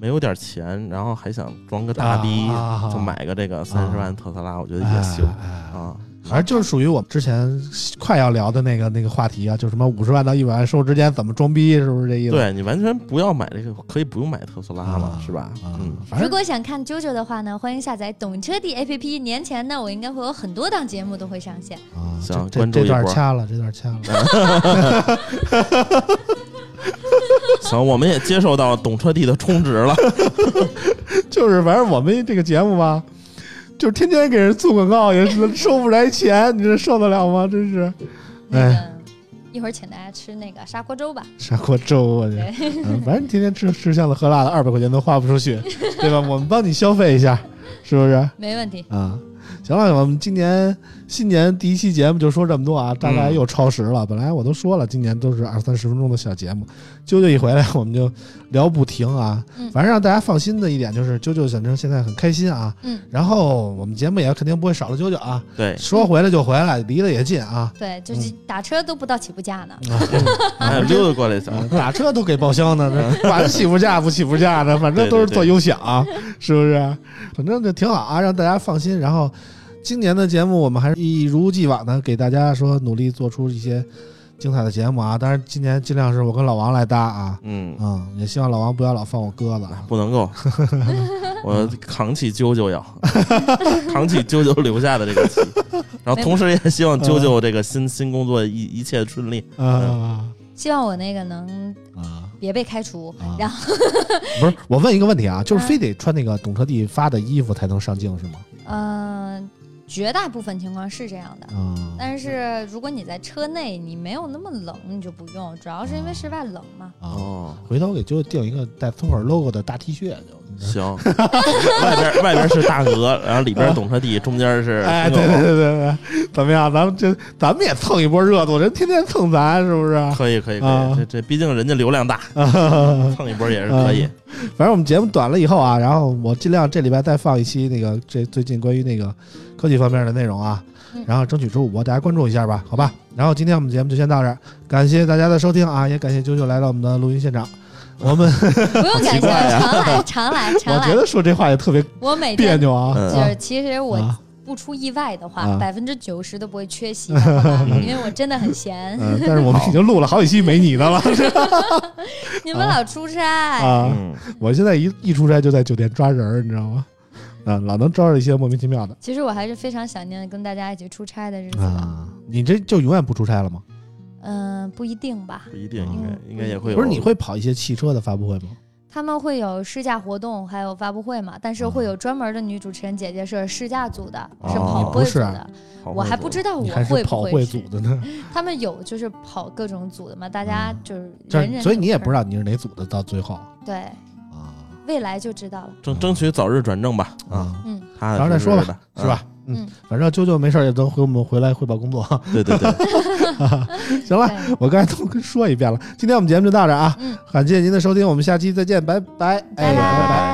Speaker 3: 没有点钱，然后还想装个大逼，
Speaker 2: 啊哎
Speaker 3: 就买个这个三十万特斯拉，我觉得也行
Speaker 2: 啊。
Speaker 3: 啊。
Speaker 2: 反正就是属于我们之前快要聊的那个那个话题啊，就什么五十万到一百万收入之间怎么装逼，是不是这意思？
Speaker 3: 对你完全不要买这个，可以不用买特斯拉
Speaker 2: 啊
Speaker 3: 嘛，是吧？
Speaker 2: 啊
Speaker 3: 嗯，，
Speaker 2: 反
Speaker 4: 如
Speaker 2: 正
Speaker 4: 果想看 JoJo 的话呢，欢迎下载懂车帝 APP。年前呢，我应该会有很多档节目都会上线。
Speaker 2: 啊
Speaker 3: 行
Speaker 2: 这这
Speaker 3: 关注一
Speaker 2: 这段
Speaker 3: 波
Speaker 2: 掐了，这段掐了。
Speaker 3: 行，我们也接受到懂车帝的充值了。
Speaker 2: 就是反正我们这个节目吧，就是天天给人做广告，也是收不来钱，你这受得了吗？真是
Speaker 3: 哎
Speaker 2: 哎
Speaker 4: 那个一会儿请大家吃那个砂锅粥吧。
Speaker 2: 砂锅粥，我去，嗯反正天天吃吃香的喝辣的，二百块钱都花不出去，对吧？我们帮你消费一下，是不是？
Speaker 4: 没问题。
Speaker 2: 啊，行了，我们今年新年第一期节目就说这么多啊，大概
Speaker 3: 嗯
Speaker 2: 又超时了。本来我都说了，今年都是二三十分钟的小节目，啾啾一回来我们就聊不停啊。
Speaker 4: 嗯
Speaker 2: 反正让大家放心的一点就是，啾啾反正现在很开心啊。
Speaker 4: 嗯
Speaker 2: 然后我们节目也肯定不会少了啾啾啊，
Speaker 3: 对，
Speaker 2: 说回来就回来，离得也近啊。
Speaker 4: 对，
Speaker 3: 嗯
Speaker 4: 就是打车都不到起步价呢。
Speaker 2: 啊
Speaker 3: 哎，溜达过来一下。
Speaker 2: 啊打车都给报销呢，这管起步价不起步价的，反正都是做优享、是不是？反正这挺好啊，让大家放心。然后今年的节目，我们还是一如既往的给大家说努力做出一些精彩的节目啊。当然，今年尽量是我跟老王来搭啊，
Speaker 3: 嗯，
Speaker 2: 嗯，也希望老王不要老放我鸽子啊。
Speaker 3: 不能 够，我扛起啾啾要 扛起啾啾留下的这个旗，然后同时也希望啾啾这个新新工作一一切顺利。
Speaker 2: 啊
Speaker 4: 希望我那个能
Speaker 2: 啊！
Speaker 4: 别被开除
Speaker 2: 啊，
Speaker 4: 然后
Speaker 2: 不是，我问一个问题啊，就是
Speaker 4: 嗯
Speaker 2: 非得穿那个懂车帝发的衣服才能上镜是吗？
Speaker 4: 嗯、呃绝大部分情况是这样的。
Speaker 2: 啊，
Speaker 4: 但是如果你在车内，你没有那么冷，你就不用，主要是因为室外冷嘛。
Speaker 2: 啊，
Speaker 3: 哦，
Speaker 2: 回头给就定一个带松口 logo 的大 T 恤就。你知道吗
Speaker 3: 行， 外边外边是大鹅，然后里边懂车帝，中间是
Speaker 2: 哎，
Speaker 3: 听
Speaker 2: 对
Speaker 3: 友
Speaker 2: 对对对对，怎么样？咱们这咱们也蹭一波热度，人天天蹭咱，是不是？
Speaker 3: 可以可以可
Speaker 2: 啊
Speaker 3: 以，这这毕竟人家流量大，蹭一波也是可
Speaker 2: 啊
Speaker 3: 以。
Speaker 2: 反正我们节目短了以后啊，然后我尽量这礼拜再放一期那个这最近关于那个科技方面的内容啊
Speaker 4: 嗯，
Speaker 2: 然后争取周五播大家关注一下吧，好吧？然后今天我们节目就先到这儿，感谢大家的收听啊，也感谢啾啾来到我们的录音现场。我们
Speaker 4: 不 用感谢，
Speaker 3: 怪啊
Speaker 4: 常来常来
Speaker 2: 我
Speaker 4: 常
Speaker 2: 觉
Speaker 4: 来。
Speaker 2: 得说这话也特别
Speaker 4: 我每
Speaker 2: 别
Speaker 4: 天
Speaker 2: 扭啊，
Speaker 3: 嗯
Speaker 4: 就
Speaker 2: 啊
Speaker 4: 是其实我
Speaker 2: 啊
Speaker 4: 不出意外的话
Speaker 2: 啊，
Speaker 4: 百分之九十都不会缺席的，好吧？ 因为我真的很闲，
Speaker 2: 嗯，但是我们已经录了好几期没你的了
Speaker 4: 你们老出差，
Speaker 2: 啊。
Speaker 3: 嗯，
Speaker 2: 我现在一一出差就在酒店抓人儿，你知道吗？ 啊，老能招着一些莫名其妙的
Speaker 4: 其实我还是非常想念跟大家一起出差的日子的。
Speaker 2: 啊。你这就永远不出差了吗？
Speaker 4: 嗯，不一定吧
Speaker 3: 不。一定，应该应该也会有。
Speaker 2: 不是你会跑一些汽车的发布会吗？
Speaker 4: 他们会有试驾活动，还有发布会嘛，
Speaker 2: 啊
Speaker 4: 但是会有专门的女主持人姐姐是试驾组的，是
Speaker 3: 哦
Speaker 4: 跑
Speaker 3: 你
Speaker 4: 会
Speaker 6: 不是
Speaker 4: 组的。
Speaker 6: 啊
Speaker 3: 好
Speaker 4: 我还
Speaker 3: 会
Speaker 4: 不
Speaker 3: 做
Speaker 4: 知道哦我
Speaker 2: 你还
Speaker 4: 会
Speaker 2: 是
Speaker 4: 不
Speaker 2: 跑
Speaker 4: 会
Speaker 2: 会
Speaker 4: 是
Speaker 2: 组的呢，
Speaker 4: 他们有就是跑各种组的嘛，大家就是
Speaker 2: 这
Speaker 4: 人人
Speaker 2: 儿
Speaker 4: 有事
Speaker 2: 啊
Speaker 4: 儿，
Speaker 2: 所以你也不知道你是哪组的，到最后啊
Speaker 4: 对未来就知道了。
Speaker 3: 争争取早日转正吧啊，
Speaker 2: 啊，
Speaker 4: 嗯，
Speaker 3: 踏
Speaker 2: 然后
Speaker 3: 踏
Speaker 2: 再
Speaker 3: 实
Speaker 2: 说
Speaker 3: 实
Speaker 2: 吧
Speaker 3: 的，
Speaker 2: 是吧？
Speaker 4: 嗯
Speaker 2: 嗯，反正啾啾没事儿也都回我们回来汇报工 作。
Speaker 3: 嗯？对对对，
Speaker 2: 行了，
Speaker 4: 对，
Speaker 2: 我刚才都跟说一遍了，今天我们节目就到这儿啊，
Speaker 4: 嗯
Speaker 2: 感谢您的收听，我们下期再见，拜拜，哎，
Speaker 4: 拜
Speaker 2: 拜。